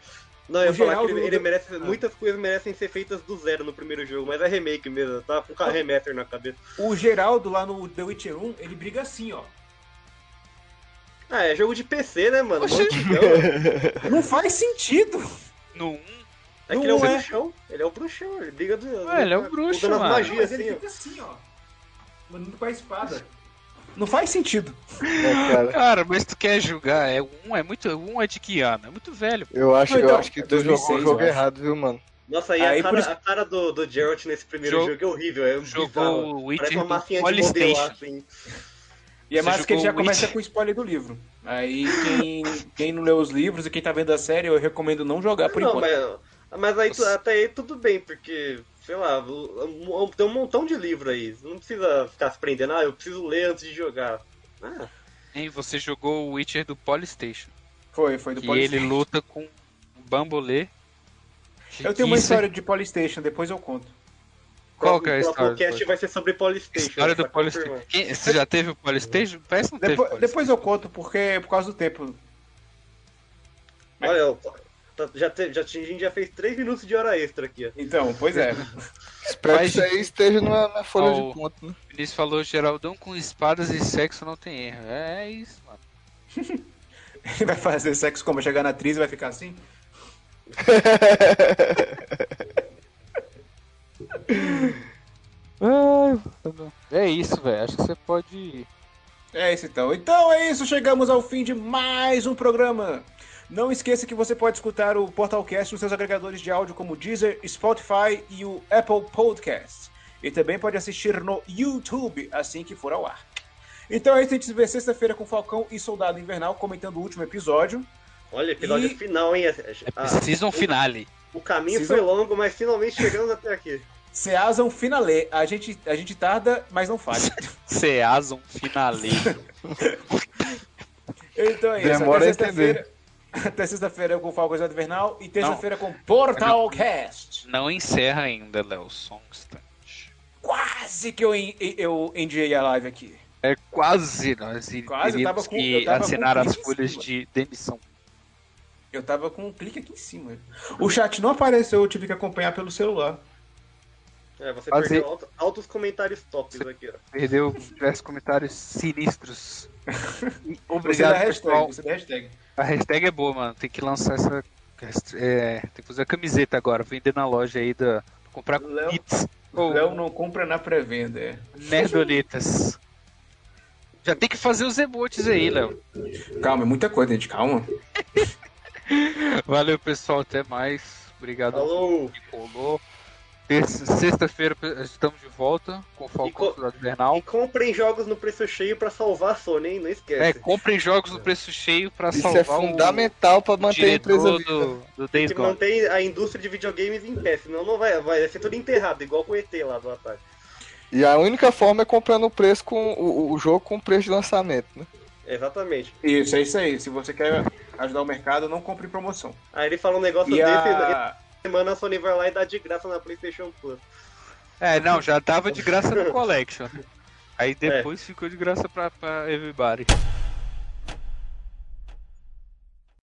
E: Não,
B: O
E: eu ia falar que
B: Geraldo
E: ele,
B: do-
E: ele merece.
B: Ah.
E: Muitas coisas merecem ser feitas do zero no primeiro jogo, mas é remake mesmo, tá com ca- remaster na cabeça.
B: O Geraldo lá no The Witcher 1, ele briga assim, ó.
E: Ah, é jogo de PC, né, mano?
C: Oxi.
E: Mantigão.
B: Não faz sentido.
C: No 1,
E: É que
B: Não
E: ele é o
B: é.
E: bruxão. Ele é o bruxão, ele briga do.
C: Ué, ele é o bruxo,
E: usando as
C: mano.
E: magias,
F: Mas ele
E: assim, ó.
F: fica assim, ó. Mandando com a espada.
B: Não faz sentido.
D: né, cara?
C: Cara, mas tu quer julgar? É um, é muito, um é de que ano? É muito velho.
D: Eu acho,
B: Então,
D: eu acho que tu jogou
B: 2006,
D: o
B: eu
D: jogo
B: acho.
D: errado, viu, mano?
E: Nossa, aí,
B: Aí,
E: a,
B: por
E: cara,
B: isso-
E: a cara do, do Geralt nesse primeiro
C: Jogou-
E: jogo, é horrível, é bizarro.
C: Jogou o
E: Parece
C: Witcher
E: uma
C: do
E: massinha de modelar,
C: Polystation.
E: assim.
B: E é
C: Você
B: mais que ele
C: jogou
B: já
C: o
B: começa
C: Witch?
B: com o spoiler do livro. Aí quem, quem não leu os livros e quem tá vendo a série, eu recomendo não jogar por
E: não,
B: enquanto.
E: mas, mas aí tu-
C: Nossa.
E: até aí tudo bem, porque, sei lá, o- o- tem um montão de livro aí. Não precisa ficar se prendendo, ah, eu preciso ler antes de jogar. Ah,
C: Hein, você jogou o Witcher do Polystation.
B: Foi, foi do
C: Que ele
B: Polystation.
C: luta com um bambolê.
B: Eu tenho uma
C: Isso é-
B: história de Polystation, depois eu conto.
C: Qual que é a
E: o
C: história? do
E: podcast vai ser sobre Polystation.
C: História do
E: tá
C: Polystation.
E: confirmado.
C: Quem- Você já teve o Polystation? Parece que não teve
B: Depois,
C: Polystation.
B: depois eu conto, porque por causa do tempo.
E: Olha, ó, tá- já te- já, a gente já fez 3 minutos de hora extra aqui, ó.
B: Então, pois é.
D: Espero que
C: Mas-
D: isso aí esteja na, na folha
C: Ó,
D: de ponto, né?
C: O Vinícius falou, Geraldão com espadas e sexo não tem erro. É isso, mano.
B: Ele vai fazer sexo como chegar na atriz e vai ficar assim?
C: É isso, velho. Acho que você pode.
B: É isso então. Então é isso, chegamos ao fim de mais um programa. Não esqueça que você pode escutar o Portalcast nos seus agregadores de áudio como Deezer, Spotify e o Apple Podcast. E também pode assistir no YouTube assim que for ao ar. Então é isso, a gente se vê sexta-feira com Falcão e Soldado Invernal comentando o último episódio.
E: Olha, episódio
B: E-
E: final, hein?
C: é
E: Ah,
C: Season finale.
E: o caminho
B: Season-
E: foi longo, mas finalmente chegamos até aqui.
B: Season Finale. um A gente, a gente tarda, mas não falha.
C: Season finale.
B: Então é isso.
D: Demora a
B: até sexta-feira. Até sexta-feira com o Falcão e Soldado Invernal e terça-feira com Portalcast.
C: não encerra ainda, Léo. Só um instante.
B: Quase que eu, en- eu endiei a live aqui.
C: É quase nós
B: Quase, eu tava
C: teríamos
B: com-
C: que
B: eu tava com
C: assinar as
B: preguiça,
C: folhas
B: mano.
C: de demissão.
B: Eu tava com um clique aqui em cima. O chat não apareceu, eu tive que acompanhar pelo celular.
E: É, você
C: Fazer-
E: perdeu alto- altos comentários tops aqui, ó.
C: Perdeu diversos comentários sinistros. E
B: Você dá
C: Obrigado,
B: hashtag,
C: pessoal.
B: você dá hashtag.
C: A hashtag é boa, mano. Tem que lançar essa. é, tem que fazer a camiseta agora. Vender na loja aí da. Comprar com
B: Léo-
C: kits. Ou
B: Léo não compra na pré-venda. é.
C: nerdoletas. Já tem que fazer os emotes aí, Léo.
B: Calma, é muita coisa, gente, calma.
C: Valeu, pessoal. Até mais. Obrigado a
E: Alô!
C: quem colou. Terça- Sexta-feira pe- estamos de volta com o Falcão
E: co-
C: Soldado Invernal.
E: E comprem jogos no preço cheio pra salvar a Sony, hein? Não
C: É,
E: esquece.
C: comprem jogos no preço cheio pra
D: É. Isso
C: salvar
D: é fundamental pra
C: o
D: manter a empresa
C: diretor
D: viva.
C: do, do
E: Tem
C: Days
E: que
C: Gone.
E: manter a indústria de videogames em pé, senão não vai, vai ser tudo enterrado, igual com o ET lá do ataque.
D: E a única forma é comprando o preço com o, o jogo com o preço de lançamento, né?
E: É, Exatamente.
B: Isso, é isso aí. Se você quer ajudar o mercado, não compre em promoção.
E: Aí ele fala um negócio
B: E
E: desse e
B: a...
E: na semana a Sony vai lá e dá de graça na PlayStation Plus.
C: É, não,
D: É.
C: já tava de graça no Collection. Aí depois ficou de graça pra, pra Everybody.